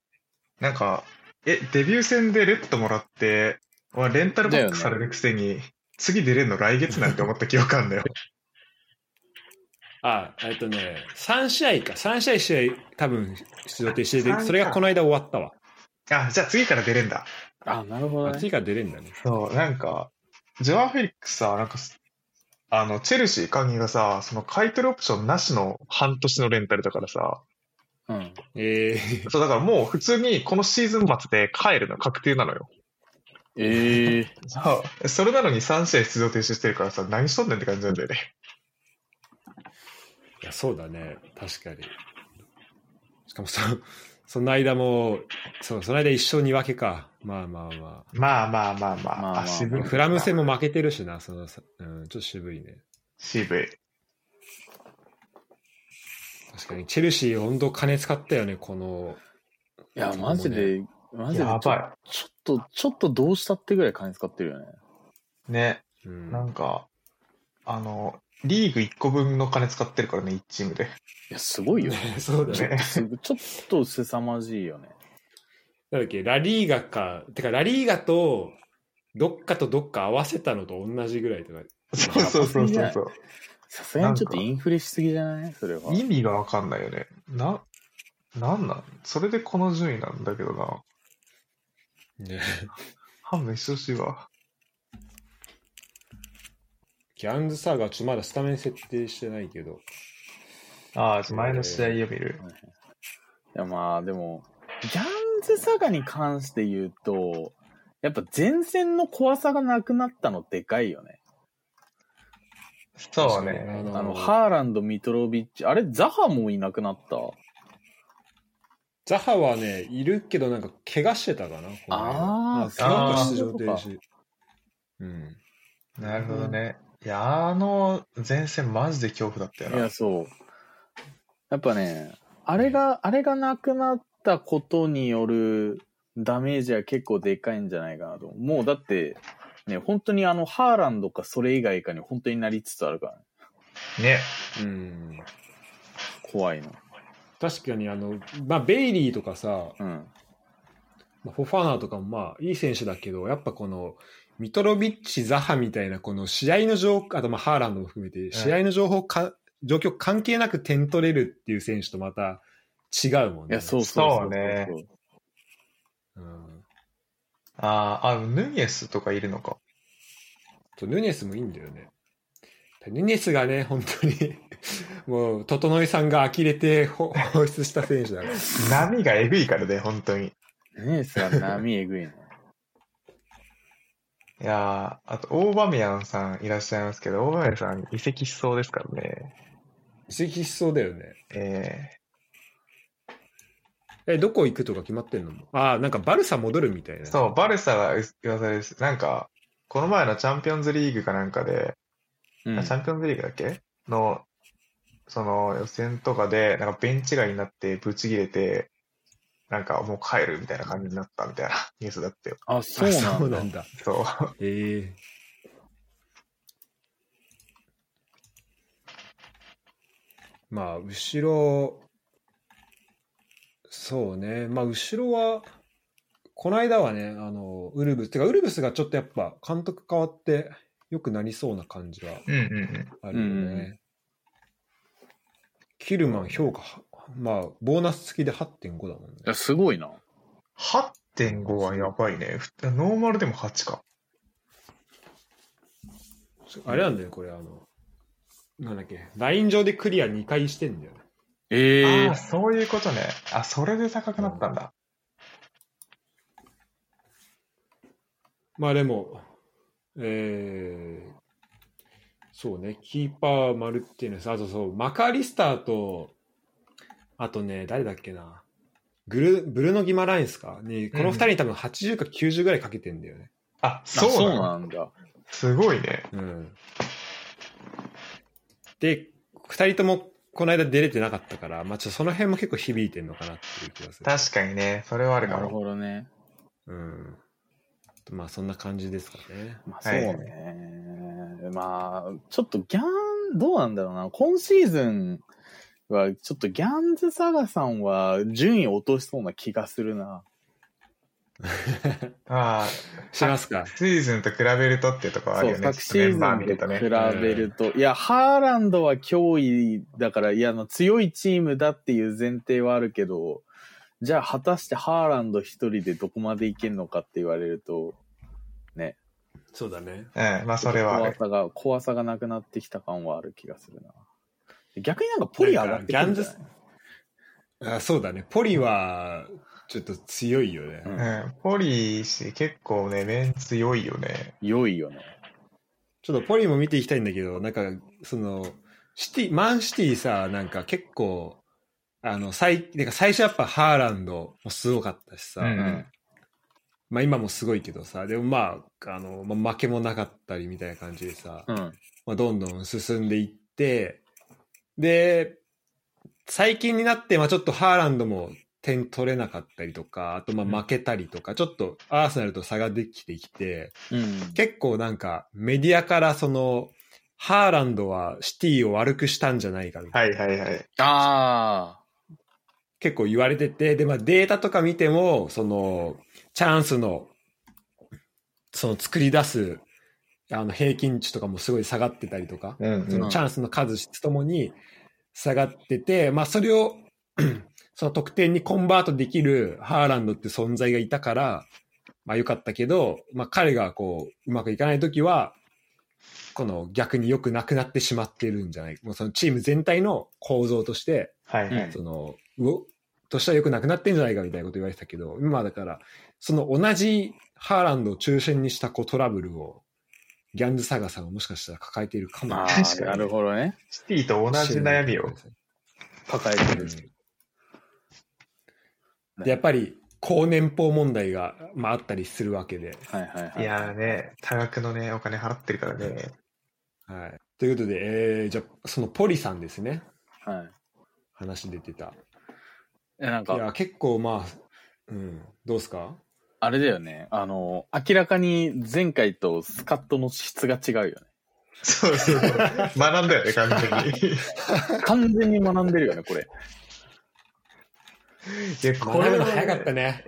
Speaker 2: なんか、え、デビュー戦でレッドもらって、まあレンタルバックされるくせに、次出れんの来月なんて思った記憶あんだよ。
Speaker 1: あ、えっとね、3試合か。3試合試合、多分出場停止
Speaker 2: あ
Speaker 1: で、それがこの間終わったわ。
Speaker 2: あ、じゃあ次から出れんだ。
Speaker 3: あ、なるほど
Speaker 1: あ、
Speaker 3: ね。
Speaker 1: 次から出れんだね。
Speaker 2: そう、なんか、ジョアン・フェリックスは、なんかす、あの、チェルシー加入がさ、その買い取りオプションなしの半年のレンタルだからさ、
Speaker 3: うん。
Speaker 1: えー、
Speaker 2: そう、だからもう普通にこのシーズン末で帰るの確定なのよ。
Speaker 4: ええ
Speaker 2: そう (laughs) それなのに3試合出場停止してるからさ、何しとんねんって感じなんだよね。
Speaker 1: いや、そうだね。確かに。しかもそ、その間も、そう、その間一勝二分けか。まあまあま
Speaker 2: まあまあまあま
Speaker 3: まあ
Speaker 2: あ、
Speaker 3: まあ
Speaker 2: あ渋い
Speaker 1: あ。フラム戦も負けてるしな、その、うん、ちょっと渋いね。
Speaker 2: 渋い。
Speaker 1: 確かに、チェルシー、本当金使ったよね、この。
Speaker 3: いや、マジで、マジでち
Speaker 2: や
Speaker 3: ょ、
Speaker 2: ば
Speaker 3: ちょっと、ちょっとどうしたってぐらい金使ってるよね。
Speaker 2: い。ね。
Speaker 1: うん、
Speaker 2: なんか、あの、リーグ1個分の金使ってるからね、1チームで。
Speaker 3: いや、すごいよね。
Speaker 1: ね (laughs) そうだね。
Speaker 2: ね
Speaker 3: (laughs) すちょっと凄まじいよね。
Speaker 1: なんだっけ、ラリーガか、てかラリーガと、どっかとどっか合わせたのと同じぐらいとか、
Speaker 2: そうそうそうそうそう。
Speaker 3: さすがにちょっとインフレしすぎじゃないそれは。
Speaker 2: 意味がわかんないよね。な、なんなんそれでこの順位なんだけどな。
Speaker 1: ね、
Speaker 2: 勘弁してほしいわ。
Speaker 1: ギャンズサーガーちょっとまだスタメン設定してないけど、
Speaker 2: ああ、
Speaker 1: じゃあ前の試合
Speaker 2: を見る。
Speaker 3: いやまあでも、ギャンズサガに関して言うと、やっぱ前線の怖さがなくなったのでかいよね。
Speaker 2: そう
Speaker 1: 確かにあ
Speaker 2: ね。
Speaker 1: の
Speaker 3: あの、ハーランド、ミトロビッチ、あれ、ザハもいなくなった。
Speaker 1: ザハはね、いるけどなんか怪我してたかな、この間
Speaker 3: あー
Speaker 1: 怪我
Speaker 2: あ
Speaker 1: と
Speaker 2: ー
Speaker 1: 出場停止。うん。
Speaker 2: なるほどね。いや、あの前線マジで恐怖だった
Speaker 3: い
Speaker 2: よ
Speaker 3: や、そう。やっぱね、あれが、あれがなくなったことによるダメージは結構でかいんじゃないかなと。もうだって、ね、本当にあの、ハーランドかそれ以外かに本当になりつつあるからね。
Speaker 2: な。ね。
Speaker 1: うん、
Speaker 3: 怖いの。
Speaker 1: 確かにあの、まあ、ベイリーとかさ、
Speaker 3: うん。
Speaker 1: まあフォファナーとかもまあいい選手だけど、やっぱこのミトロビッチ、ザハみたいなこの試合の情あとまあハーランドも含めて、試合の情報か、状況関係なく点取れるっていう選手とまた違うもん
Speaker 3: い
Speaker 1: ね。
Speaker 3: や、そうそうそう
Speaker 2: そうね
Speaker 1: うん。
Speaker 2: ああ、あ、ヌニエスとかいるのか。
Speaker 1: とヌネスもいいんだよね。ヌネスがね、本当に、 (laughs) もう、整井さんが呆れてほ放出した選手だから。
Speaker 2: 波がえぐいからね、本当に。
Speaker 3: ねえ、さ、波えぐいの。
Speaker 2: いやーあと、オーバミヤンさんいらっしゃいますけど、オーバミヤンさん移籍しそうですからね。
Speaker 1: 移籍しそうだよね。
Speaker 2: え
Speaker 1: え、どこ行くとか決まってんのああ、なんかバルサ戻るみたい
Speaker 2: ー
Speaker 1: な。
Speaker 2: そう、バルサが噂です。なんか、この前のチャンピオンズリーグかなんかで、
Speaker 3: (laughs) うん
Speaker 2: チャンピオンズリーグだっけの、その予選とかで、なんかベンチ外になってブチ切れて、なんかもう帰るみたいな感じになったみたいな (laughs) ニュースだったよ。
Speaker 3: あ、
Speaker 1: あ
Speaker 3: そう
Speaker 1: そ
Speaker 3: な
Speaker 1: うん
Speaker 3: だ
Speaker 1: な。んだ。
Speaker 2: そう。
Speaker 1: ええまあ、後ろ、そうね。まあ、後ろは、この間はね、あの、ウルブス、てか、ウルブスがちょっとやっぱ、監督変わって、良くなりそうな感じは
Speaker 2: うんうんうん。
Speaker 1: あるよね。
Speaker 3: うん
Speaker 1: キルマン評価、まあ、ボーナス付きで8.5だもんね
Speaker 3: い。や、すごいな。
Speaker 2: 8.5はやばいね。ふノーマルでも8か。
Speaker 1: あれなんだよ、これ、あの、なんだっけ、ライン上でクリア2回してんだよね。
Speaker 3: え
Speaker 2: ああ、そういうことね。あ、それで高くなったんだ。
Speaker 1: まあでも、えーそうね、キーパー、マルティネス、あとそう、マカリスターと、あとね、誰だっけな、グルブルノ・ギマラインスか、に、この2人に多分80か90ぐらいかけてんだよね。
Speaker 2: あ、
Speaker 3: あ
Speaker 2: そうなの
Speaker 3: んだ。
Speaker 2: すごいね。
Speaker 1: うん。で、2人ともこの間出れてなかったから、まあちょっとその辺も結構響いてんのかなっていう気がする。
Speaker 2: 確かにね。それはあるか
Speaker 3: なる
Speaker 2: も。
Speaker 3: ほどね。
Speaker 1: うん。まあそんな感じですかね。
Speaker 3: まあそう
Speaker 2: はい
Speaker 3: ね。まあ、ちょっとギャン、どうなんだろうな。今シーズンは、ちょっとギャンズサガさんは順位落としそうな気がするな。
Speaker 2: ああ、
Speaker 1: しますか。
Speaker 2: シーズンと比べるとっていうところあ
Speaker 3: そ
Speaker 2: る
Speaker 3: う、
Speaker 2: よね。
Speaker 3: 昨
Speaker 2: ちょっ
Speaker 3: シ
Speaker 2: とメ
Speaker 3: ー
Speaker 2: ンバー見
Speaker 3: ズ
Speaker 2: る
Speaker 3: ンと
Speaker 2: とね。
Speaker 3: 比べると、いや、ハーランドは脅威だから、いや、あの強いチームだっていう前提はあるけど、じゃあ果たしてハーランド一人でどこまでいけるのかって言われると、
Speaker 1: そうだね。
Speaker 2: うん、まあそれはあ
Speaker 3: 怖
Speaker 2: る。
Speaker 3: さが、怖さがなくなってきた感はある気がするな。逆になんかポリ上がってくるんじゃない
Speaker 1: あそうだね。ポリは、ちょっと強いよね。
Speaker 4: う
Speaker 2: うん、ポリシー結構ね、メンツ良いよね。
Speaker 3: 良いよね。
Speaker 1: ちょっとポリも見ていきたいんだけど、なんか、その、シティ、マンシティさ、なんか結構、あの、最、なんか最初やっぱハーランドもすごかったしさ、
Speaker 2: うん
Speaker 3: うん。
Speaker 1: まあ今もすごいけどさ、でもまあ、あの、まあ負けもなかったりみたいな感じでさ、
Speaker 3: うん。
Speaker 1: まあどんどん進んでいって、で、最近になって、まあちょっとハーランドも点取れなかったりとか、あとまあ負けたりとか、ちょっとアーセナルと差ができてきて、
Speaker 3: うん。
Speaker 1: 結構なんかメディアからそのハーランドはシティを悪くしたんじゃないかみたいな
Speaker 2: はいはいはい。
Speaker 3: ああ。
Speaker 1: 結構言われててで、まあ、データとか見てもそのチャンスのその作り出すあの平均値とかもすごい下がってたりとか、
Speaker 2: うん、
Speaker 1: そのチャンスの数質ともに下がってて、まあ、それを (clears throat) その得点にコンバートできるハーランドって存在がいたから、まあ、良かったけど、まあ、彼がこううまくいかないときはこの逆に良くなくなってしまってるんじゃないもうそのチーム全体の構造として
Speaker 2: はいは
Speaker 3: うん
Speaker 2: い。
Speaker 1: その、うお、としては良くなくなってんじゃないかみたいなこと言われてたけど、今だから、その同じハーランドを中心にしたこうトラブルを、ギャンズサガさんはもしかしたら抱えているかも
Speaker 3: ま
Speaker 2: 確か
Speaker 3: あ、
Speaker 2: に
Speaker 3: なるほどね。
Speaker 2: シティと同じ悩みを。
Speaker 3: 抱えて
Speaker 1: う
Speaker 3: る
Speaker 1: ん。でやっぱり、高年俸問題が、まあ、あったりするわけで。
Speaker 3: はいはいはい。
Speaker 2: いやーね、多額のね、お金払ってるからね。
Speaker 1: はい。ということで、えー、じゃあそのポリさんですね。
Speaker 3: はい。
Speaker 1: 話出てた。
Speaker 3: え、なん
Speaker 1: い
Speaker 3: か、
Speaker 1: や、結構まあ、うん、どうですか
Speaker 3: あれだよね。あの、明らかに前回とスカットの質が違うよ
Speaker 2: そうそう。学んだよね、完全に。
Speaker 3: ね。完全に学んでるよね、これ。
Speaker 2: いや、こ
Speaker 1: 学ぶ
Speaker 2: れ
Speaker 1: の
Speaker 2: は
Speaker 1: 早かったね。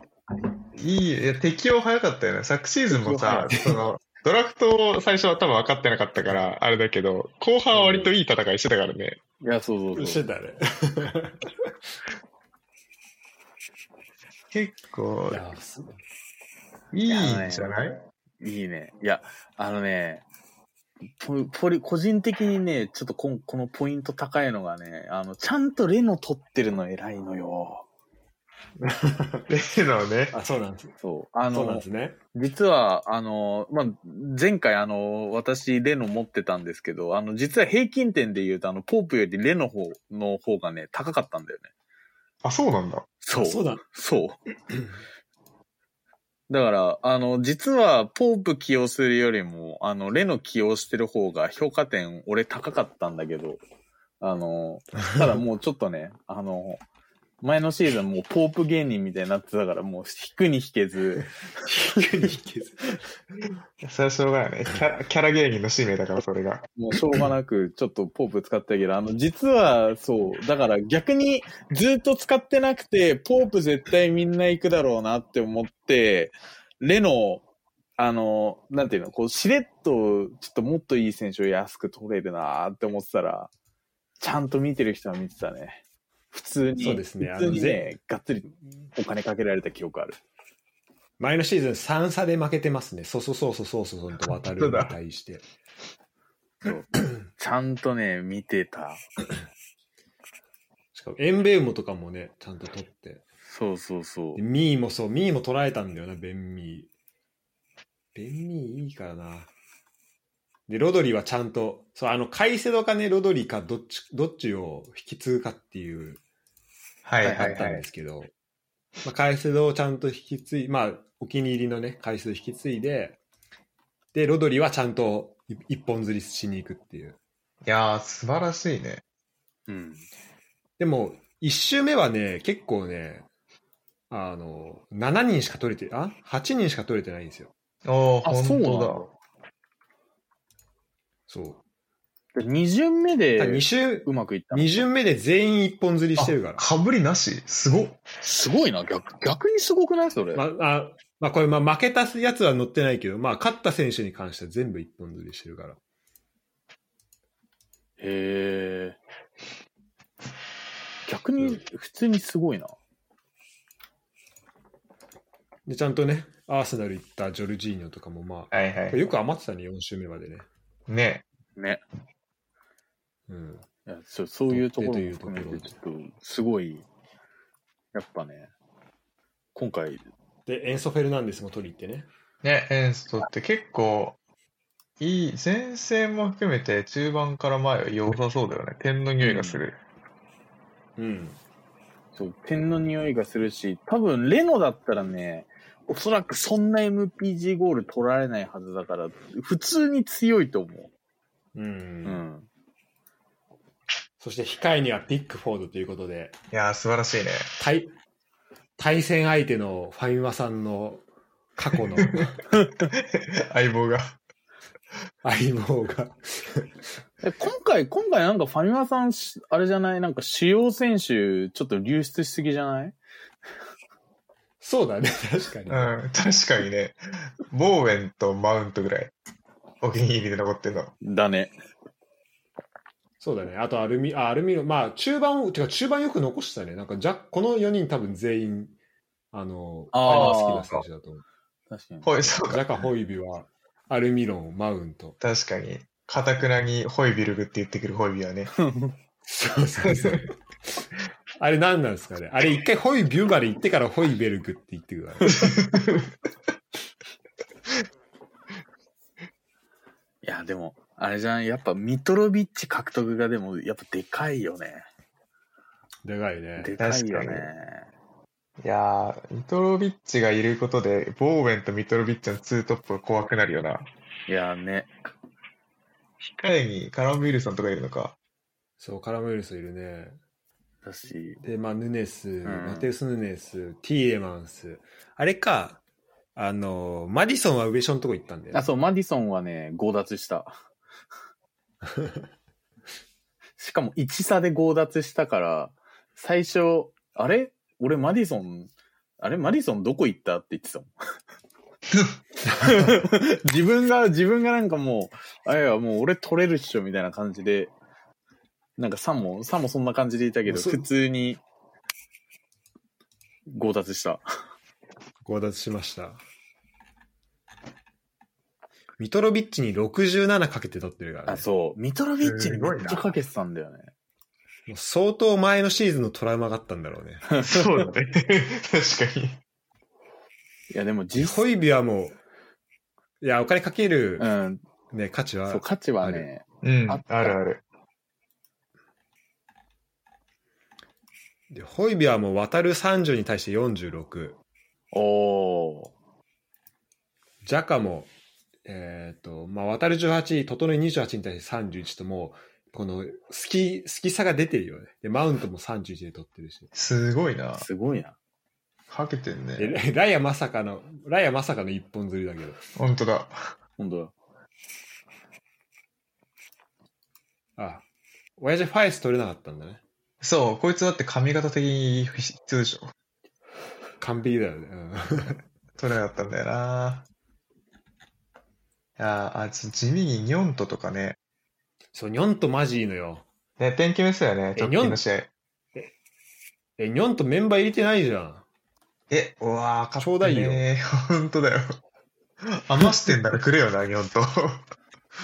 Speaker 2: いい、いや、適応早かったよね。昨シーズンもさ、その、ドラフトを最初は多分分かってなかったから、あれだけど、後半は割といい戦いしてたからね。
Speaker 3: いや、そうそうそう。
Speaker 1: たね。
Speaker 2: 結構
Speaker 1: い、やす
Speaker 2: いい
Speaker 3: やね
Speaker 2: んじゃない
Speaker 3: いいね。いや、あのね、ポポリ、個人的にね、ちょっとこんこのポイント高いのがね、あの、ちゃんとレノ取ってるの偉いのよ。
Speaker 2: 例のね。
Speaker 1: あ、そうなんです。
Speaker 3: そう。あ
Speaker 1: そうなん
Speaker 3: の
Speaker 1: で、すね。
Speaker 3: 実は、あの、まあ、前回、あの、私、レノ持ってたんですけど、あの、実は平均点で言うと、あの、ポープよりレノ方の方がね、高かったんだよね。
Speaker 2: あ、そうなんだ。
Speaker 3: そう。
Speaker 1: そうだ。
Speaker 3: そう。だから、あの、実は、ポープ起用するよりも、あの、レノ起用してる方が評価点、俺高かったんだけど、あの、ただもうちょっとね、あの、前のシーズンもうポープ芸人みたいになってたから、もう引くに引けず、
Speaker 2: それはしょうがないね。キ (laughs) ャラ、キャラ芸人の使命だから、それが。
Speaker 3: もうしょうがなく、ちょっとポープ使ったけど、あの、実は、そう、だから逆にずっと使ってなくて、ポープ絶対みんな行くだろうなって思って、レノ、あの、なんていうの、こう、しれっと、ちょっともっといい選手を安く取れるなって思ってたら、ちゃんと見てる人は見てたね。普通に、
Speaker 1: そうですね
Speaker 3: 普通に
Speaker 1: あの
Speaker 3: ね、がっつりお金かけられた記憶ある。
Speaker 1: (laughs) 前のシーズン3差で負けてますね。そうそうそうそうそうそうと渡るに対して。 (laughs)
Speaker 3: そうちゃんとね、見てた。
Speaker 1: しかもエンベウモとかもね、ちゃんと取って。
Speaker 3: そうそうそう
Speaker 1: で。ミーもそう、ミーも捉えたんだよな、ベンミー。ベンミーいいからな。で、ロドリはちゃんと、そう、あの、カイセドかね、ロドリか、どっち、どっちを引き継ぐかっていう
Speaker 2: は
Speaker 1: あったんですけど、まあ、カイセドをちゃんと引き継い、まあ、お気に入りのね、カイセド引き継いで、で、ロドリはちゃんとい一本釣りしに行くっていう。
Speaker 2: いやー、素晴らしいね。
Speaker 3: うん。
Speaker 1: でも、一周目はね、結構ね、あの、7人しか取れて、あ ?8 人しか取れてないんですよ。
Speaker 2: おー、
Speaker 3: あ、そう
Speaker 2: 本
Speaker 3: なんだ
Speaker 2: 当。
Speaker 1: そう。
Speaker 3: 二巡目
Speaker 1: だから二
Speaker 3: で
Speaker 1: 周、
Speaker 3: うまくいったの
Speaker 1: 二巡目で全員一本釣りしてるから
Speaker 2: だ。。かぶりなしすごっ。
Speaker 3: すごいな逆逆にすごくないそれ、
Speaker 1: まあ、まあ、これ、まあ、負けたやつは乗ってないけど、まあ、勝った選手に関しては全部一本釣りしてるから。
Speaker 3: へえ逆に普通にすごいな
Speaker 1: で、ちゃんとね、アーセナル行ったジョルジーニョとかも、ま
Speaker 2: はいは
Speaker 1: あ、。よく余ってたね、4周目までね。
Speaker 2: ね
Speaker 3: ね
Speaker 1: うん。
Speaker 3: いやそうそういうところも含め
Speaker 1: とい
Speaker 3: て
Speaker 1: うと
Speaker 3: ち
Speaker 1: こ
Speaker 3: ょ
Speaker 1: ろ
Speaker 3: っとすごいやっぱね今回、
Speaker 1: で、エンソ・フェルナンデスも取り行ってね。
Speaker 2: ね、エンストって結構、いい、前線も含めて中盤から前は良さそうだよね。点の匂いがする。
Speaker 1: うん。
Speaker 3: そう、点の匂いがするし、多分レノだったらね、おそらくそんな MPG ゴール取られないはずだから、普通に強いと思
Speaker 1: う
Speaker 3: う。
Speaker 1: ん。
Speaker 3: うん。
Speaker 1: そして控えにはピックフォードということで、
Speaker 2: いやー、素晴らしい (laughs) ね。
Speaker 1: 対、対戦相手のファミマさんの過去の
Speaker 2: 相棒が。
Speaker 1: 相棒が。
Speaker 3: え今回、今回なんかファミマさんし、あれじゃないなんか主要選手、ちょっと流出しすぎじゃない
Speaker 1: そうだね、確かに。
Speaker 2: うん、確かにね。ボーウェンとマウントぐらい。お気に入りで残ってるの。
Speaker 3: だね。
Speaker 1: そうだね。あとアルミ、あ、アルミの、まあ、中盤を、てか中盤よく残したね。なんか、じゃ、この4人多分全員、あの、
Speaker 3: あー
Speaker 1: ファイナー好きな選手だと思う。
Speaker 3: 確かに。
Speaker 2: ほい、そう
Speaker 1: ジ
Speaker 2: か。
Speaker 1: ャカ、ホイビは、アルミロン、マウント。
Speaker 2: 確かに。かたくなにホイビルグって言ってくるホイビはね。
Speaker 1: そうそう
Speaker 3: (laughs)
Speaker 1: そう。あれ何なんですかねあれ一回ホイビューまで行ってからホイベルグって言ってください。
Speaker 3: いや、でも、あれじゃん、やっぱミトロビッチ獲得がでも、やっぱでかいよね。
Speaker 1: でかいね。
Speaker 3: でかいよ
Speaker 2: 確
Speaker 3: ね
Speaker 2: か。 (laughs) いやー、ミトロビッチがいることで、ボーウェンとミトロビッチのツートップが怖くなるよな。
Speaker 3: いやね。
Speaker 2: 控えにカラム・ウィルソンとかいるのか。
Speaker 1: そう、カラムウィルスいるね。
Speaker 3: だし、
Speaker 1: で、まあ、ヌネス、
Speaker 3: ん
Speaker 1: マテウス・ヌネス、ティーエマンス。あれか、あの、マディソンは上所のとこ行ったんだよね、
Speaker 3: あ、そう、マディソンはね、強奪 (laughs) した。しかも1差で強奪したから、最初、あれ俺マディソン、あれマディソンどこ行ったって言って (laughs) たもん。自分が、自分がなんかもう、あいや、もう俺取れるっしょみたいな感じで、なんかサも、サもそんな感じでいたけど、
Speaker 1: もうそ
Speaker 3: 普通に強奪した。
Speaker 1: 強奪しました。ミトロビッチに67かけて取ってるから、ね、
Speaker 3: あ、そう。ミトロビッチに
Speaker 2: すごい
Speaker 3: め
Speaker 2: な
Speaker 3: っちゃかけてたんだよね。
Speaker 1: もう相当前のシーズンのトラウマがあったんだろうね。
Speaker 2: (laughs) そうだね。 (laughs) 確かに。
Speaker 3: いや、でも (laughs) 実
Speaker 1: ホイビはもう、いや、お金かける、
Speaker 3: うん、
Speaker 1: ね、価値
Speaker 3: そう、
Speaker 1: は、
Speaker 3: 価値はね、
Speaker 2: うん、
Speaker 3: あ
Speaker 2: あ
Speaker 3: った
Speaker 2: るある。
Speaker 1: でホイビはもう渡る30に対して46。
Speaker 3: おー、
Speaker 1: ジャカも、えっ、と、まあ、渡る18、整い28に対して31ともう、この、好き、好きさが出てるよね。で、マウントも31で取ってるし。
Speaker 2: すごいな。
Speaker 3: すごいな。
Speaker 2: かけてん
Speaker 1: で
Speaker 2: ね。
Speaker 1: ライアまさかの、ライアまさかの一本釣りだけど。
Speaker 2: ほんとだ。
Speaker 3: 本当だ。
Speaker 1: あ、親父ファイス取れなかったんだね。
Speaker 2: そう、こいつだって髪型的に必要でしょ。
Speaker 1: 完璧だよね。うん (laughs)
Speaker 2: 取れなかったんだよな。いやーあ、ち地味にニョントとかね。
Speaker 1: そう、ニョンとマジいいのよ。
Speaker 2: ね、天気メスだよね、
Speaker 1: え
Speaker 2: 直近の試合。
Speaker 1: え、ニョンとメンバー入れてないじゃん。
Speaker 2: え、うわー、勝
Speaker 1: ちょうだい
Speaker 2: ね。ほんとだよ。余してんだら来るよな、ニョント。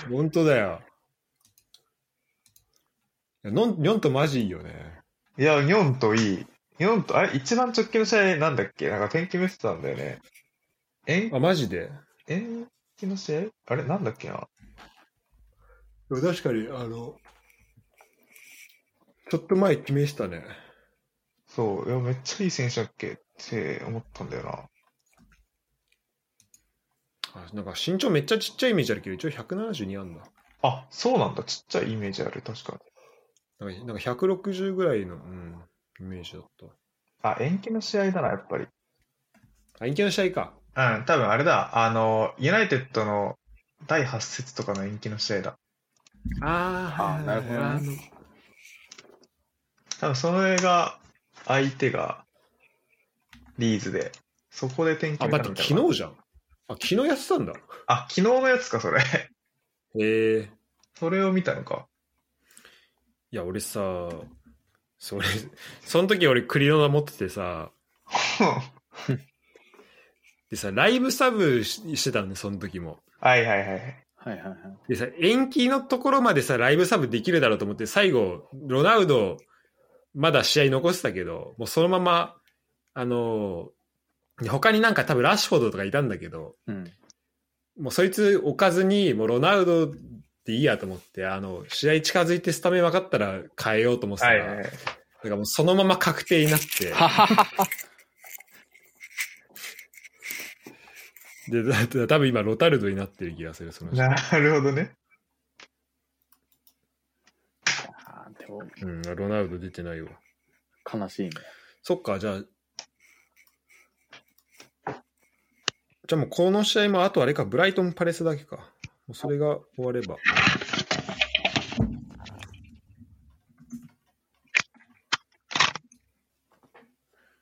Speaker 1: 本当だよ。いやニョンニョンとマジいいよね。
Speaker 2: いや、ニョントいい。ニョント、あれ、一番直近の試合なんだっけなんか天気メスなんだよね。延
Speaker 1: あ、マジで
Speaker 2: 延期の試合あれなんだっけな
Speaker 1: 確かに、あの、ちょっと前決めしたね。
Speaker 2: そう、いや、めっちゃいい選手だっけって思ったんだよな。
Speaker 1: あなんか身長めっちゃちっちゃいイメージあるけど、一応172あんだ。
Speaker 2: あ、そうなんだ。ちっちゃいイメージある、確かに。
Speaker 1: なんかなんか160ぐらいの、うん、イメージだっ
Speaker 2: あ、延期の試合だな、やっぱり。
Speaker 1: た。あ、延期の試合か。
Speaker 2: うん、多分あれだ。あの、ユナイテッドの第8節とかの延期の試合だ。
Speaker 1: あ
Speaker 3: ーあーなるほどね
Speaker 2: 多分その映画、相手が、リーズで、そこで天
Speaker 1: あ、
Speaker 2: 気
Speaker 1: 待って、昨日じゃん。あ、昨日やってたんだ。
Speaker 2: あ、昨日のやつか、それ。 (laughs)
Speaker 1: へえ。
Speaker 2: それを見たのか。
Speaker 1: いや、俺さ、それ、その時俺クリロナ持っててさ、でさ、ライブサブししてたのね、その時も。
Speaker 2: (laughs) はいはいはい。
Speaker 3: はいはいはい。
Speaker 1: でさ、延期のところまでさ、ライブサブできるだろうと思って、最後、ロナウド、まだ試合残してたけど、もうそのまま、あので他になんか多分ラッシュフォードとかいたんだけど、
Speaker 3: うん。
Speaker 1: もうそいつ置かずに、もうロナウドでいいやと思って、あの、試合近づいてスタメン分かったら変えようと思ってた
Speaker 2: は
Speaker 1: ら、
Speaker 2: いはいはい。
Speaker 1: だからもうそのまま確定になって、 (laughs) で、だだ多分今ロタルドになってる気がする、その人。
Speaker 2: なるほどね。
Speaker 3: あーでも、
Speaker 1: うん、ロナウド出てないわ。
Speaker 3: 悲しいね。
Speaker 1: そっか、じゃあ。じゃあもうこの試合もあとあれか、ブライトン・パレスだけか。もうそれが終われば。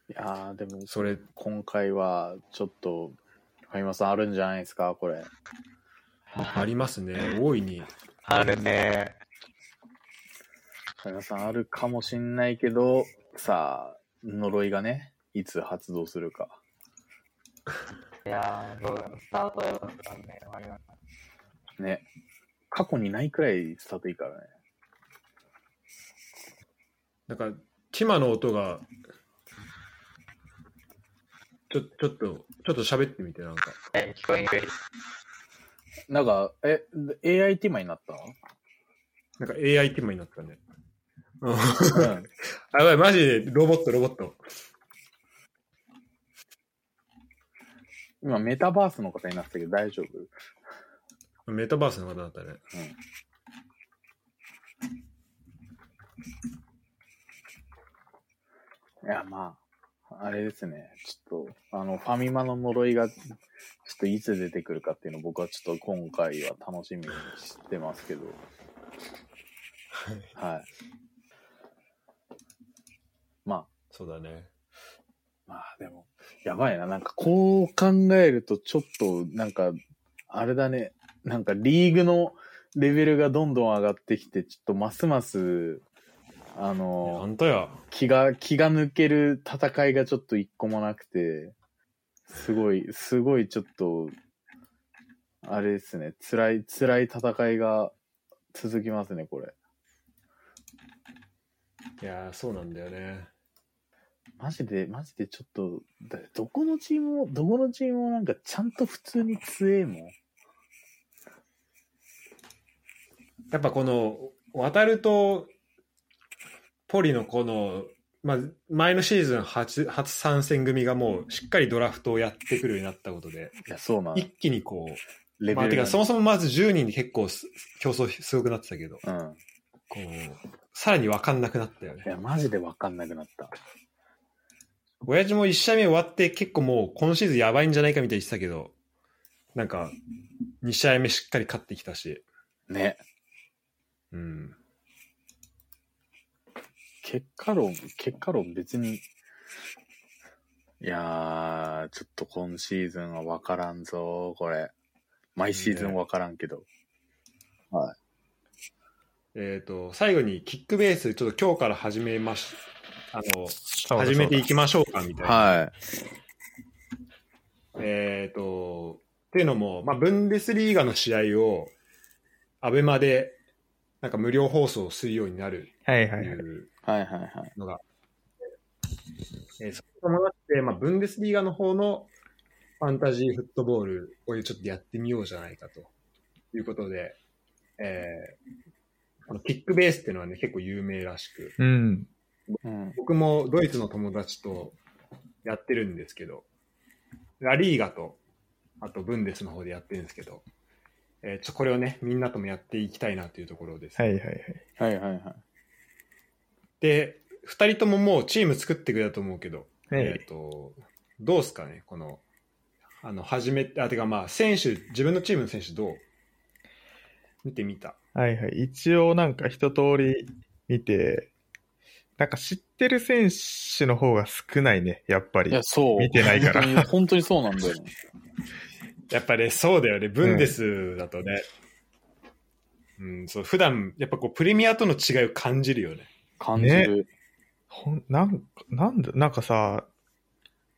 Speaker 3: いやーでも、
Speaker 1: それ、
Speaker 3: 今回は、ちょっと、ファイマさんあるんじゃないですか、これ。
Speaker 1: ありますね。大いに。
Speaker 2: あるね。
Speaker 3: ファイマさんあるかもしんないけど、さあ、呪いがね、いつ発動するか。
Speaker 5: いやー、どうだろうスタートよかったんで、あれなんだ
Speaker 3: ね。過去にないくらいスタートいいからね。
Speaker 1: なんか、ティマの音が、ちょ、ちょっと、ちょっと喋ってみて、なんか。
Speaker 5: え、聞こえにくい。
Speaker 3: なんか、え、AI ティマになった
Speaker 1: なんか AI ティマになったね。うん
Speaker 3: のうん。
Speaker 1: あ、やばい、マジで、ロボット、ロボット。
Speaker 3: 今、メタバースの方になってたけど大丈夫
Speaker 1: メタバースの方だったね。
Speaker 3: いや、まあ、あれですね。ちょっと、あの、ファミマの呪いが、ちょっといつ出てくるかっていうのを僕はちょっと今回は楽しみにしてますけど。はい。ま
Speaker 1: そうだね。
Speaker 3: あ、まあでも、やばいな。なんかこう考えるとちょっと、なんか、あれだね。なんかリーグのレベルがどんどん上がってきて、ちょっとますます、あの
Speaker 1: 本当や。
Speaker 3: 気が、気が抜ける戦いがちょっと一個もなくて、すごい、すごいちょっと、あれですね、辛い、辛い戦いが続きますね、これ。
Speaker 1: いやー、そうなんだよね。
Speaker 3: マジで、マジでちょっと、だどこのチームも、どこのチームもなんかちゃんと普通に強えもん。
Speaker 1: やっぱこの渡るとポリのこの、まあ、前のシーズン初初参戦組がもうしっかりドラフトをやってくるようになったことで
Speaker 3: いや、そうなん。
Speaker 1: 一気にこ
Speaker 3: レ
Speaker 1: う、まあ、て
Speaker 3: が
Speaker 1: かそもそもまず10人で結構す競争すごくなってたけど
Speaker 3: うん。
Speaker 1: こうさらに分かんなくなったよ
Speaker 3: いや、
Speaker 1: ね
Speaker 3: マジでわかんなくなった。
Speaker 1: 親父も1試合目終わって結構もう今シーズンやばいんじゃないかみたいに言ってたけどなんか2試合目しっかり勝ってきたし、
Speaker 3: ね。
Speaker 1: うん、
Speaker 3: 結果論、結果論別に。いやー、ちょっと今シーズンは分からんぞ、これ。毎シーズン分からんけど。
Speaker 1: えー、と最後にキックベースちょっと今日から始めましあの
Speaker 2: うだ
Speaker 1: 始めていきましょうかみたいな。
Speaker 3: は
Speaker 1: えー、とっていうのも、まあ、ブンデスリーガの試合をアベマでなんか無料放送するようになる
Speaker 2: はいは
Speaker 1: って
Speaker 2: い
Speaker 1: い
Speaker 2: はいう
Speaker 3: い。はいはいはい。
Speaker 1: のが、えーそれに伴って、まあ、ブンデスリーガの方のファンタジーフットボールをちょっとやってみようじゃないかということで、えーこのキックベースっていうのはね結構有名らしく。
Speaker 2: うん。
Speaker 3: うん。
Speaker 1: 僕もドイツの友達とやってるんですけど、ラリーガと、あとブンデスの方でやってるんですけど、えーちょこれをね、みんなともやっていきたいなというところです。
Speaker 2: はいはいはい。
Speaker 3: はいはいはい。
Speaker 1: で、二人とももうチーム作ってくれたと思うけど、えっ、
Speaker 2: ね
Speaker 1: と、どうですかね、この、あの、初めて、あ、てかまあ、選手、自分のチームの選手どう見てみた。
Speaker 2: はいはい。一応なんか一通り見て、なんか知ってる選手の方が少ないね、やっぱり。
Speaker 3: いや、そう。
Speaker 2: 見てないから
Speaker 3: 本当に本当にそうなんだよね。
Speaker 1: やっぱね、そうだよね、ブンデスだとね、うん、そう、普段、やっぱこう、プレミアとの違いを感じるよね。
Speaker 3: 感じる。
Speaker 2: ほんなんなんだ、なんかさ、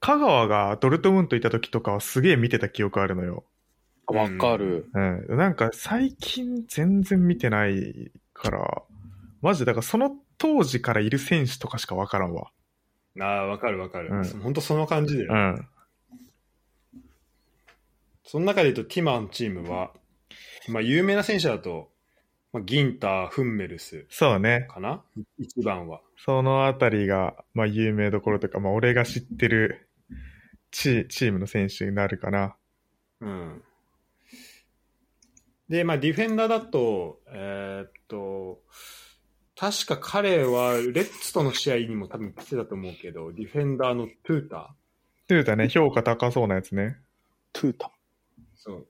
Speaker 2: 香川がドルトムントいた時とかはすげえ見てた記憶あるのよ。
Speaker 3: あわ、かる。
Speaker 2: うん。なんか最近全然見てないから、マジだからその当時からいる選手とかしかわからんわ。
Speaker 1: ああ、わかるわかる。
Speaker 2: うん
Speaker 1: 本当その感じだよ
Speaker 2: う
Speaker 1: ね。
Speaker 2: ん。
Speaker 1: その中で言うと、ティマンチームは、まあ、有名な選手だと、まあ、ギンター、フンメルス
Speaker 2: そうね。
Speaker 1: かな一番は。
Speaker 2: そのあたりが、まあ、有名どころというか、まあ、俺が知ってるチチームの選手になるかな。
Speaker 1: うん。で、まあ、ディフェンダーだと、えーっと、確か彼は、レッツとの試合にも多分来てたと思うけど、ディフェンダーのトゥーター。
Speaker 2: トゥータね、評価高そうなやつね。
Speaker 3: トゥータ。
Speaker 1: そう。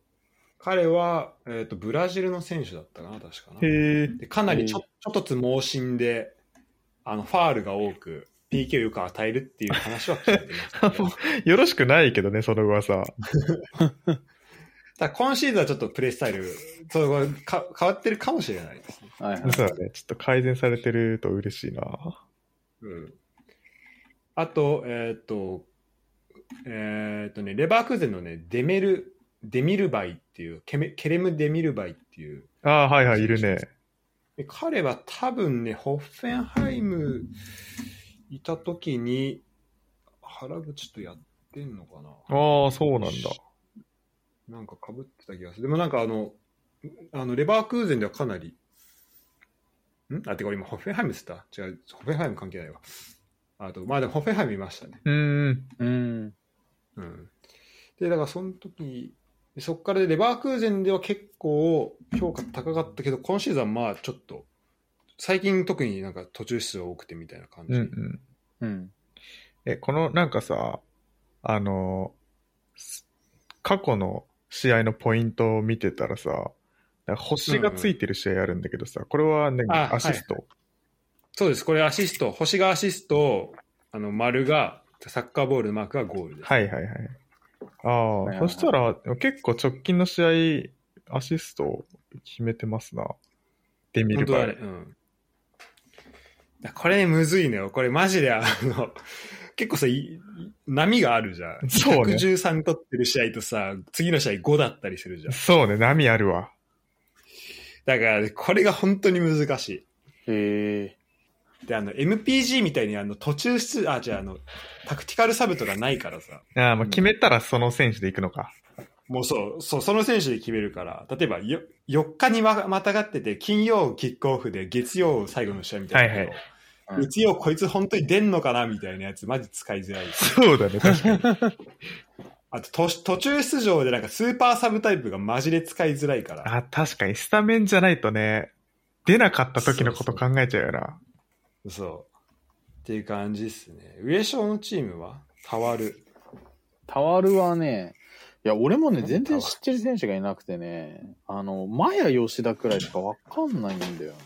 Speaker 1: 彼は、えーっと、ブラジルの選手だったかな、確かな。
Speaker 2: へえ。
Speaker 1: でかなりちょちょっとつ猛進で、あの、ファールが多く、PK をよく与えるっていう話は聞いてましたけど、
Speaker 2: よろしくないけどね、その噂。
Speaker 1: ただ今シーズンはちょっとプレースタイル、そうか変わってるかもしれないですね。
Speaker 3: はいはい。
Speaker 2: そうだね。ちょっと改善されてると嬉しいな。
Speaker 1: うん。あと、えーっ、と、えーっ、とね、レバークーゼンのね、デメル、デミルバイっていう、ケメケレム・デミルバイっていう、
Speaker 2: ああ、はいはい、いるね。
Speaker 1: で彼は多分ね、ホッフェンハイムいた時に、原口とやってんのかな
Speaker 2: ああ、そうなんだ。
Speaker 1: なんか被ってた気がする。でもなんかあの、あのレバークーゼンではかなり、んあ、てか今、ホッフェンハイムっつった違う、ホッフェンハイム関係ないわ。あと、まあでもホッフェンハイムいましたね。
Speaker 2: うーん。
Speaker 3: うん。
Speaker 1: うん。で、だからその時、そっからでレバークーゼンでは結構評価高かったけど、今シーズンはまあちょっと、最近特になんか途中出場多くてみたいな感
Speaker 2: う
Speaker 1: じ。
Speaker 2: んうん。
Speaker 3: うん。
Speaker 2: え、このなんかさ、あの、す過去の試合のポイントを見てたらさ、なんか星がついてる試合あるんだけどさ、これはね、
Speaker 1: あ
Speaker 2: アシスト。
Speaker 1: そうです、これアシスト、星がアシスト、あの丸が、サッカーボールのマークがゴールです。
Speaker 2: はいはいはい。あ
Speaker 3: は
Speaker 2: あ、
Speaker 3: いはい
Speaker 2: そしたら結構直近の試合、アシスト決めてますな。デミ
Speaker 1: 本
Speaker 2: ル
Speaker 1: 当
Speaker 2: バ
Speaker 1: だね。
Speaker 2: イ。
Speaker 1: うん。これね、むずいね。これマジで、あの、 (laughs) 結構さ、いい波があるじゃん。
Speaker 2: そうね
Speaker 1: 113取ってる試合とさ、次の試合5だったりするじゃん。
Speaker 2: そうね、波あるわ。
Speaker 1: だから、これが本当に難し
Speaker 3: へえ。
Speaker 1: い。で、あの、MPG みたいにあの、途中出、あ、じゃあ、あの、タクティカルサブとかないからさ。
Speaker 2: ああ、ま
Speaker 3: う
Speaker 2: あ
Speaker 3: ん
Speaker 2: 決めたらその選手で行くのか。
Speaker 1: もうそう、そう、その選手で決めるから、例えばよ、4日にままたがってて、金曜キックオフで、月曜最後の試合みたいなのを。
Speaker 2: はいはい
Speaker 3: うん
Speaker 1: 月曜こいつ本当に出んのかなみたいなやつ、マジ使いづらい。
Speaker 2: そうだね、確かに。
Speaker 3: (laughs)
Speaker 1: あと、とし途中出場でなんかスーパーサブタイプがマジで使いづらいから。
Speaker 2: あ、確かに、スタメンじゃないとね、出なかった時のこと考えちゃうよな。
Speaker 1: そう。っていう感じっすね。上昇のチームはタワル。
Speaker 3: タワルはね、いや、俺もね、
Speaker 1: うん
Speaker 3: 全然知ってる選手がいなくてね、あの、マヤ吉田くらいしかわかんないんだよね。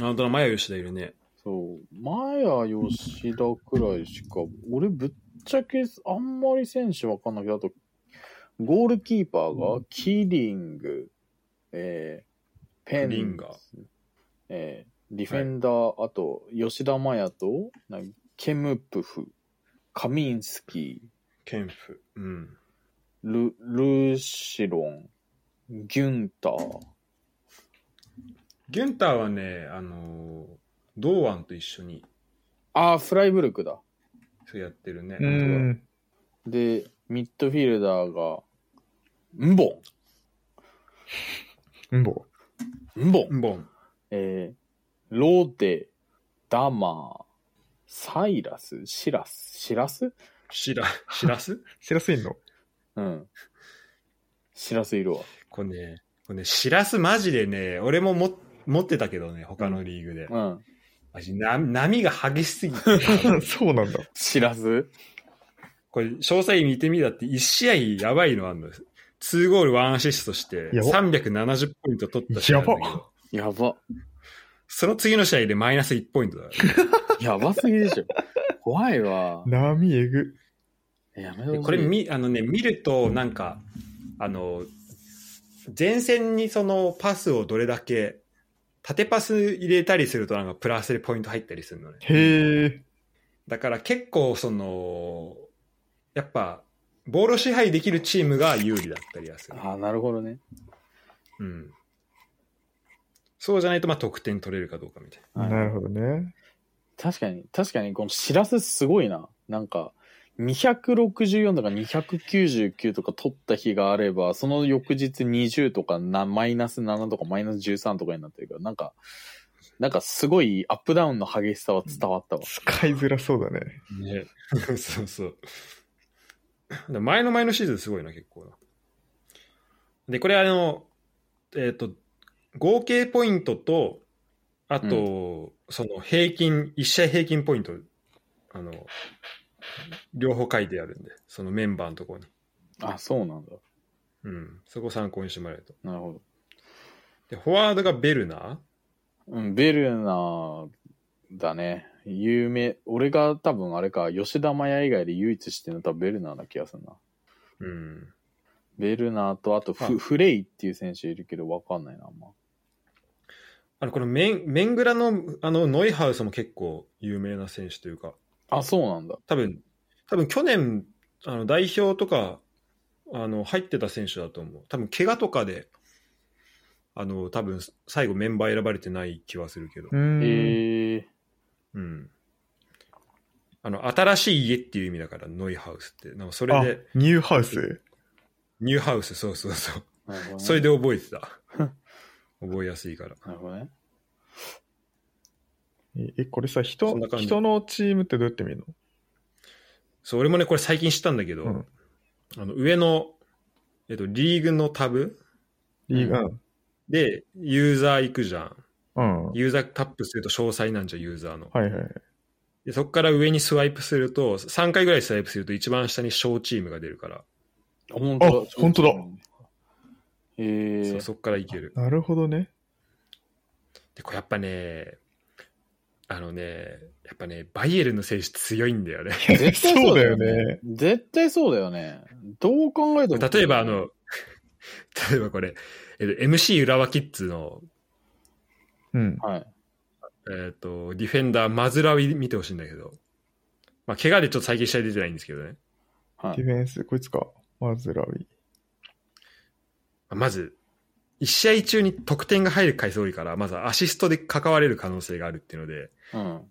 Speaker 1: あんたの前吉田いるね。
Speaker 3: そう、マヤ吉田くらいしか、俺ぶっちゃけあんまり選手わかんないけど、あと、ゴールキーパーがキリング、えー、ペン、
Speaker 1: リンガー
Speaker 3: えー、ディフェンダー、あと、吉田麻也と、なんケムプフ、カミンスキー、
Speaker 1: ケンフ。うん。
Speaker 3: ル、ルーシロン、ギュンター。
Speaker 1: ギュンターはね、あのー、堂安と一緒に
Speaker 3: あー、フライブルクだ。
Speaker 1: そうやってるね。
Speaker 2: う
Speaker 1: 本
Speaker 2: ん。
Speaker 3: で、ミッドフィルダーが、んぼ
Speaker 2: うんぼ。
Speaker 3: ん。んぼ
Speaker 1: 当だ
Speaker 3: ん。
Speaker 1: ボン。
Speaker 3: えー、ローテ、ダマー、サイラス、シラス、シラス
Speaker 1: しら、しら (laughs) す
Speaker 2: しらすいんの (laughs)
Speaker 3: うん。シラスいるわ。
Speaker 1: これね、これね、しらすマジでね、俺もも持ってたけどね、他のリーグで。
Speaker 3: うん。
Speaker 1: マジな波が激しす (laughs) ぎて。
Speaker 2: そうなんだ。
Speaker 3: シラス
Speaker 1: これ、詳細見てみたって、1試合やばいのあんの。2ゴール1アシストして、
Speaker 2: やば
Speaker 1: 370ポイント取った試合なんだけど
Speaker 2: やば
Speaker 3: やば。
Speaker 1: その次の試合でマイナス1ポイントだからね。
Speaker 3: やばすぎでしょ。怖いわ。
Speaker 2: 波えぐ。
Speaker 3: やめ
Speaker 1: で
Speaker 3: ろ。
Speaker 1: これ見、あのね、見ると、なんか、あの、前線にそのパスをどれだけ、縦パス入れたりするとなんかプラスでポイント入ったりするのね。
Speaker 2: へえ。
Speaker 1: だから結構その、やっぱ、ボールを支配できるチームが有利だったりはする。
Speaker 3: あー、なるほどね。
Speaker 1: うん。そうじゃないと、まあ、得点取れるかどうかみたい
Speaker 3: はい
Speaker 2: なるほどね。
Speaker 3: 確かに、確かに、このシラスすごいな。なんか、 264とか299とか取った日があれば、その翌日20とかな、マイナス7とかマイナス13とかになってるから、なんか、なんかすごいアップダウンの激しさは伝わったわ。
Speaker 2: 使いづらそうだね。
Speaker 1: ね。 (laughs) そうそう。だから前の前のシーズンすごいな、結構な。で、これあの、えっ、と、合計ポイントと、あと、その平均、1試合平均ポイント、あの、両方書いてあるんで、そのメンバーのところに。
Speaker 3: あ、そうなんだ。
Speaker 1: うん。そこ参考にしてもらえると。
Speaker 3: なるほど。
Speaker 1: で、フォワードがベルナー
Speaker 3: うん、ベルナーだね。有名。俺が多分あれか、吉田麻也以外で唯一してるのは多分ベルナーな気がするな。
Speaker 1: うん。
Speaker 3: ベルナーと、あとフ,、
Speaker 1: はい
Speaker 3: フレイっていう選手いるけど、わかんないな、あんま。
Speaker 1: あの、このメン、メングラの、あの、ノイハウスも結構有名な選手というか、
Speaker 3: あ、そうなんだ。
Speaker 1: 多分、多分去年、あの、代表とか、あの、入ってた選手だと思う。多分、怪我とかで、あの、多分、最後メンバー選ばれてない気はするけど
Speaker 2: う、ん。
Speaker 3: へえ
Speaker 1: うん。あの、新しい家っていう意味だから、ノイハウスって。なんかそれ
Speaker 2: あ
Speaker 1: で、、
Speaker 2: ニューハウス。
Speaker 1: ニューハウス、そうそうそう。
Speaker 3: なるほどね
Speaker 1: それで覚えてた。覚えやすいから。
Speaker 3: なるほどね。
Speaker 2: え、これさ、
Speaker 1: そ
Speaker 2: 人
Speaker 1: んな、感じ
Speaker 2: 人のチームってどうやって見るの
Speaker 1: そう、俺もね、これ最近知ったんだけど、
Speaker 2: うん
Speaker 1: あの、上の、えっと、リーグのタブ
Speaker 2: リーグ、
Speaker 1: で、ユーザー行くじゃん。
Speaker 2: うん。うん。はい
Speaker 1: ユーザータップすると詳細なんじゃん、ユーザーの。
Speaker 2: はい。
Speaker 1: でそこから上にスワイプすると、3回ぐらいスワイプすると一番下に小チームが出るから、
Speaker 3: あ、本当だ
Speaker 2: あ。本当だ
Speaker 3: へえ
Speaker 1: そうそこからいける。
Speaker 2: なるほどね。
Speaker 1: で、これやっぱね、あのね、やっぱね、バイエルンの選手強いんだよね。
Speaker 3: 絶対そうだ
Speaker 2: そ
Speaker 3: よ
Speaker 2: うだよね
Speaker 3: ね。絶対そうだよね。どう考えても。
Speaker 1: 例えばあ、の、 (laughs) 例えばこれ、えっと、MC 浦和キッズの、
Speaker 2: うん。
Speaker 3: はい。
Speaker 1: えっと、ディフェンダー、マズラウィ見てほしいんだけど、まあ、怪我でちょっと最近試合出てないんですけどね。
Speaker 3: は
Speaker 2: ディ
Speaker 3: い。
Speaker 2: フェンス、こいつか。マズラウィ。
Speaker 1: まあまず、1試合中に得点が入る回数多いから、まずアシストで関われる可能性があるっていうので、
Speaker 3: うん。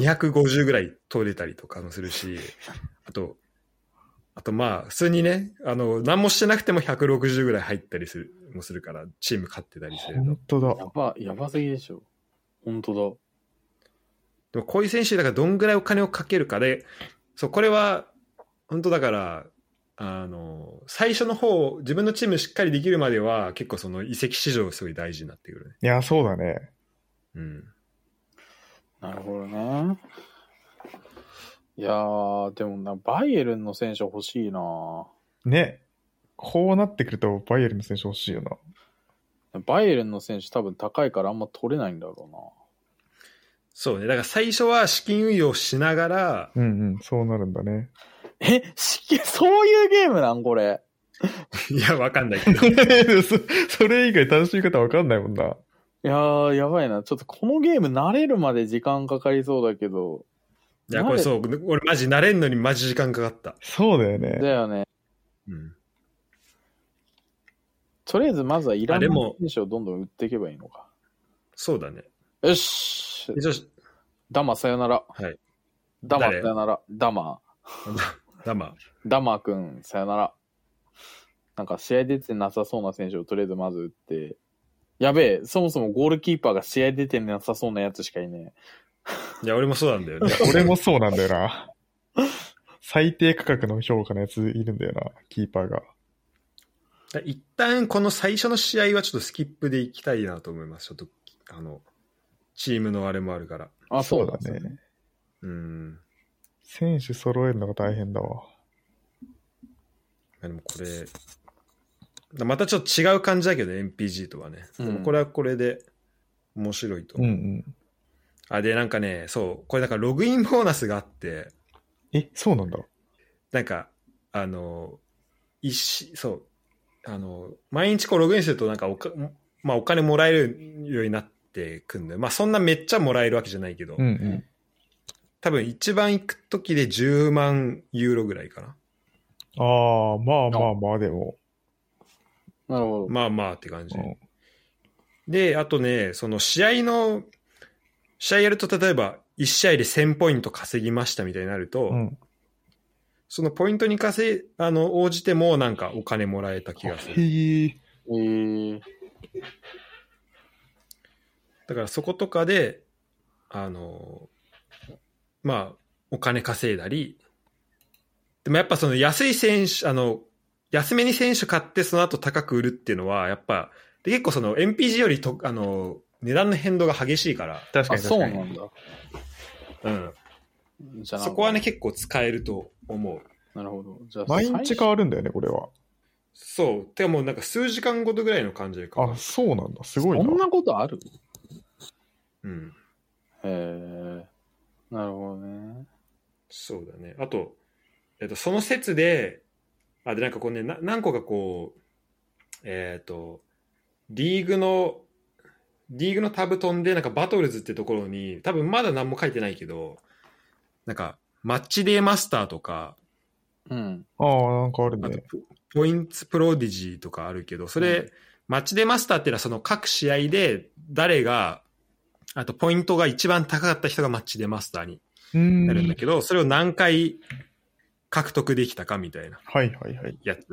Speaker 1: 250ぐらい取れたりとかもするし、あと、あとまあ、普通にね、あの、何もしてなくても160ぐらい入ったりする、もするから、チーム勝ってたりするの。
Speaker 2: 本当だ。
Speaker 3: やば、やばすぎでしょ。本当
Speaker 1: でもこういう選手だからどんぐらいお金をかけるかで、そう、これは、本当だから、あの、最初の方、自分のチームしっかりできるまでは、結構その移籍市場がすごい大事になってくるね。
Speaker 2: いや、そうだね。
Speaker 1: うん。
Speaker 3: だ。なるほどね。いやー、でもな、バイエルンの選手欲しいな
Speaker 2: ね。こうなってくると、バイエルンの選手欲しいよな。
Speaker 3: バイエルンの選手多分高いからあんま取れないんだろ
Speaker 1: そうね。だから最初は資金運用しながら、 (laughs)
Speaker 2: うんうん、そうなるんだね。
Speaker 3: うな。え、しき、そういうゲームなんこれ。
Speaker 1: いや、わかん (laughs) ないけど。
Speaker 2: (laughs) そそれ以外楽しみ方わかんないもんな。
Speaker 3: いやー、やばいな。ちょっとこのゲーム慣れるまで時間かかりそうだけど。
Speaker 1: いや、これそう、俺マジ慣れんのにマジ時間かかった。
Speaker 2: そうだよね
Speaker 3: だ。よね。
Speaker 1: うん。
Speaker 3: とりあえずまずはいらな
Speaker 1: あで
Speaker 3: い
Speaker 1: も
Speaker 3: 選手をどんどん売っていけばいいのか。
Speaker 1: そうだね。
Speaker 3: よし
Speaker 1: 一応、
Speaker 3: ダマさよなら。
Speaker 1: はい。
Speaker 3: ダマさ
Speaker 1: 誰
Speaker 3: よなら。ダマ。
Speaker 1: (laughs) ダマ。
Speaker 3: ダマくん、さよなら。なんか試合出てなさそうな選手をとりあえずまず打って。やべえ、そもそもゴールキーパーが試合出てなさそうなやつしかいね
Speaker 1: いや、俺もそうなん (laughs) だよね。
Speaker 2: 俺もそうなんだよな。 (laughs) 最低価格の評価のやついるんだよな、キーパーが。
Speaker 1: 一旦この最初の試合はちょっとスキップでいきたいなと思います。ちょっと、あの、チームのあれもあるから。
Speaker 3: え。あ、そうだ
Speaker 2: だね。
Speaker 1: うん。
Speaker 2: 選手揃えるのが大変だわ。
Speaker 1: でもこれ、だまたちょっと違う感じだけど、ね、MPG とはね。
Speaker 3: うん
Speaker 1: でもこれはこれで面白いと
Speaker 2: うん
Speaker 1: 思う。
Speaker 2: うん。
Speaker 1: あ、で、なんかね、そう、これなんかログインボーナスがあって、
Speaker 2: え、そうなんだ。
Speaker 1: なんか、あの、一し、そう、あの、毎日こうログインするとなんかおか、まあお金もらえるようになってくんだよ。まあそんなめっちゃもらえるわけじゃないけど、
Speaker 2: うんうん。
Speaker 1: 多分一番行く時で10万ユーロぐらいかな。
Speaker 2: ああ、まあまあまあでも。
Speaker 3: なるほど。
Speaker 1: まあまあって感じ。
Speaker 2: うん
Speaker 1: で、あとね、その試合の、試合やると例えば1試合で1000ポイント稼ぎましたみたいになると、
Speaker 2: うん。
Speaker 1: そのポイントに稼い、あの、応じてもなんかお金もらえた気がする。
Speaker 4: へえ。
Speaker 3: えー、
Speaker 1: だからそことかで、あの、まあ、お金稼いだり、でもやっぱその安い選手、あの、安めに選手買ってその後高く売るっていうのは、やっぱ、で結構その NPG よりと、あの、値段の変動が激しいから、
Speaker 4: 確か
Speaker 3: あ、
Speaker 4: に
Speaker 3: そ
Speaker 4: 確
Speaker 3: う
Speaker 4: か
Speaker 3: な
Speaker 4: に。
Speaker 3: んだ。
Speaker 1: うん。
Speaker 3: じゃあ、
Speaker 1: そこはね、、結構使えると思う。
Speaker 4: なるほど。じゃあ、
Speaker 3: い
Speaker 4: い
Speaker 3: い
Speaker 4: い
Speaker 3: 最
Speaker 4: ん
Speaker 3: 初
Speaker 4: だ
Speaker 3: ね
Speaker 4: ね
Speaker 3: っ
Speaker 4: っ
Speaker 3: ち
Speaker 4: て
Speaker 3: ゃ
Speaker 4: ち
Speaker 3: 変
Speaker 4: 変わるんだよね、これは。
Speaker 1: そう。てかもうなんか数時間ごとぐらいの感じで変わ
Speaker 4: あ、
Speaker 1: る
Speaker 4: そうなんだ。す
Speaker 3: そ
Speaker 4: ごいな。
Speaker 3: んなことある
Speaker 1: うん。
Speaker 3: へえー、なるほどね。
Speaker 1: そうだね。あと、えっと、その説で、あ、で、なんかこうね、な何個かこう、えっ、と、リーグの、リーグのタブ飛んで、なんかバトルズってところに、多分まだ何も書いてないけど、なんか、マッチデーマスターとか、
Speaker 3: うん。
Speaker 4: ああ、なんかある
Speaker 1: あと
Speaker 4: ね。
Speaker 1: ポ、ポインツプロディジーとかあるけど、それ、
Speaker 3: うん
Speaker 1: マッチデーマスターっていうのは、その各試合で、誰が、あと、ポイントが一番高かった人がマッチデーマスターに
Speaker 4: うーん。は
Speaker 1: なるん
Speaker 4: い
Speaker 1: だけど、それを何回獲得できたかみたいな
Speaker 4: はいはい。
Speaker 1: やつ。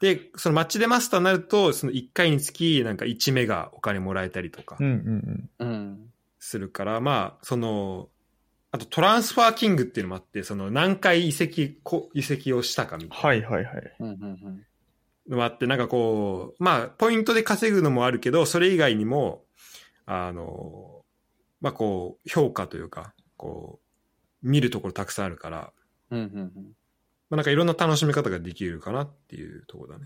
Speaker 1: で、そのマッチでマスターになると、その1回につき、なんか1メガお金もらえたりとか
Speaker 4: うんうん
Speaker 3: うん。
Speaker 1: するから、まあ、その、あとトランスファーキングっていうのもあって、その何回移籍、こ移籍をしたかみ
Speaker 4: うん。
Speaker 1: たい
Speaker 4: はいはいはい。
Speaker 3: うん。うん。
Speaker 1: なのもあって、なんかこう、まあ、ポイントで稼ぐのもあるけど、それ以外にも、あの、まあこう、評価というか、こう、見るところたくさんあるから、
Speaker 3: うん。うん。
Speaker 1: まあ、なんかいろんな楽しみ方ができるかなっていうところだね。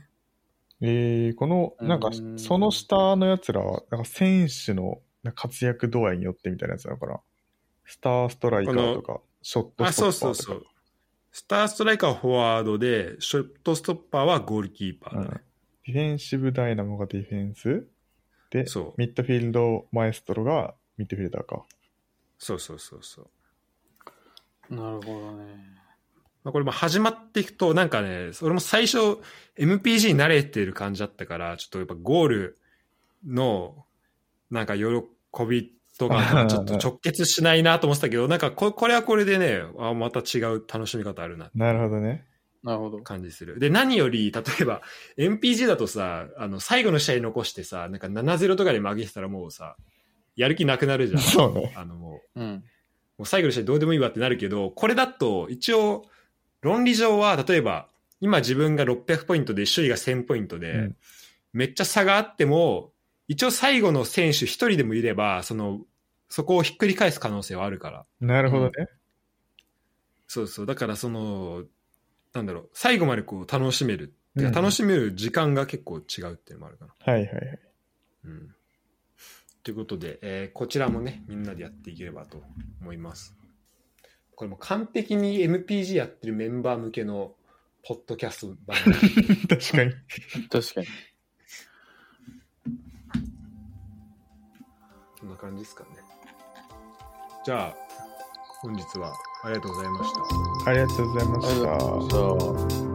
Speaker 4: えー、この、なんか
Speaker 3: うーん、
Speaker 4: その下のやつらは、なんか選手のなんか活躍度合いによってみたいなやつだから、スターストライカーとか、ショット
Speaker 1: あ、
Speaker 4: ス
Speaker 1: そう
Speaker 4: トッ
Speaker 1: そ
Speaker 4: パーとか。
Speaker 1: うそう。スターストライカーはフォワードで、ショットストッパーはゴールキーパーだね。
Speaker 4: ディフェンシブダイナモがディフェンス、で、
Speaker 1: そう
Speaker 4: ミッドフィールドマエストロがミッドフィルダーか。
Speaker 1: そうそうそうそう。
Speaker 3: なるほどね。
Speaker 1: まあ、これも始まっていくと、なんかね、俺も最初 MPG に慣れてる感じだったから、ちょっとやっぱゴールの、なんか喜びとか、ちょっと直結しないなと思ってたけど、なんかここれはこれでね、あまた違う楽しみ方あるな
Speaker 4: なるほどね。
Speaker 3: なるほど。
Speaker 1: 感じする。で、何より、例えば、MPG だとさ、あの、最後の試合残してさ、なんか7-0とかで負けてたらもうさ、やる気なくなるじゃん。
Speaker 4: そうね。
Speaker 1: あの、もう、も
Speaker 3: うん。
Speaker 1: う最後の試合どうでもいいわってなるけど、これだと、一応、論理上は、例えば、今自分が600ポイントで、首位が1000ポイントで、
Speaker 4: うん
Speaker 1: めっちゃ差があっても、一応最後の選手一人でもいれば、その、そこをひっくり返す可能性はあるから。
Speaker 4: なるほどね。
Speaker 1: そうそう。だからその、なんだろう、最後までこう楽しめる。てか
Speaker 4: うん
Speaker 1: 楽しめる時間が結構違うっていうのもあるかな。
Speaker 4: はいはいはい。
Speaker 1: うん。ということで、えーこちらもね、みんなでやっていければと思います。これも完璧に MPG やってるメンバー向けのポッドキャスト番組
Speaker 4: 確かに。
Speaker 3: 確かに。
Speaker 1: こんな感じですかね。じゃあ、本日はありがとうございました。
Speaker 4: ありがとうございま
Speaker 3: あり
Speaker 4: し
Speaker 3: が
Speaker 4: た
Speaker 3: とう。ございました。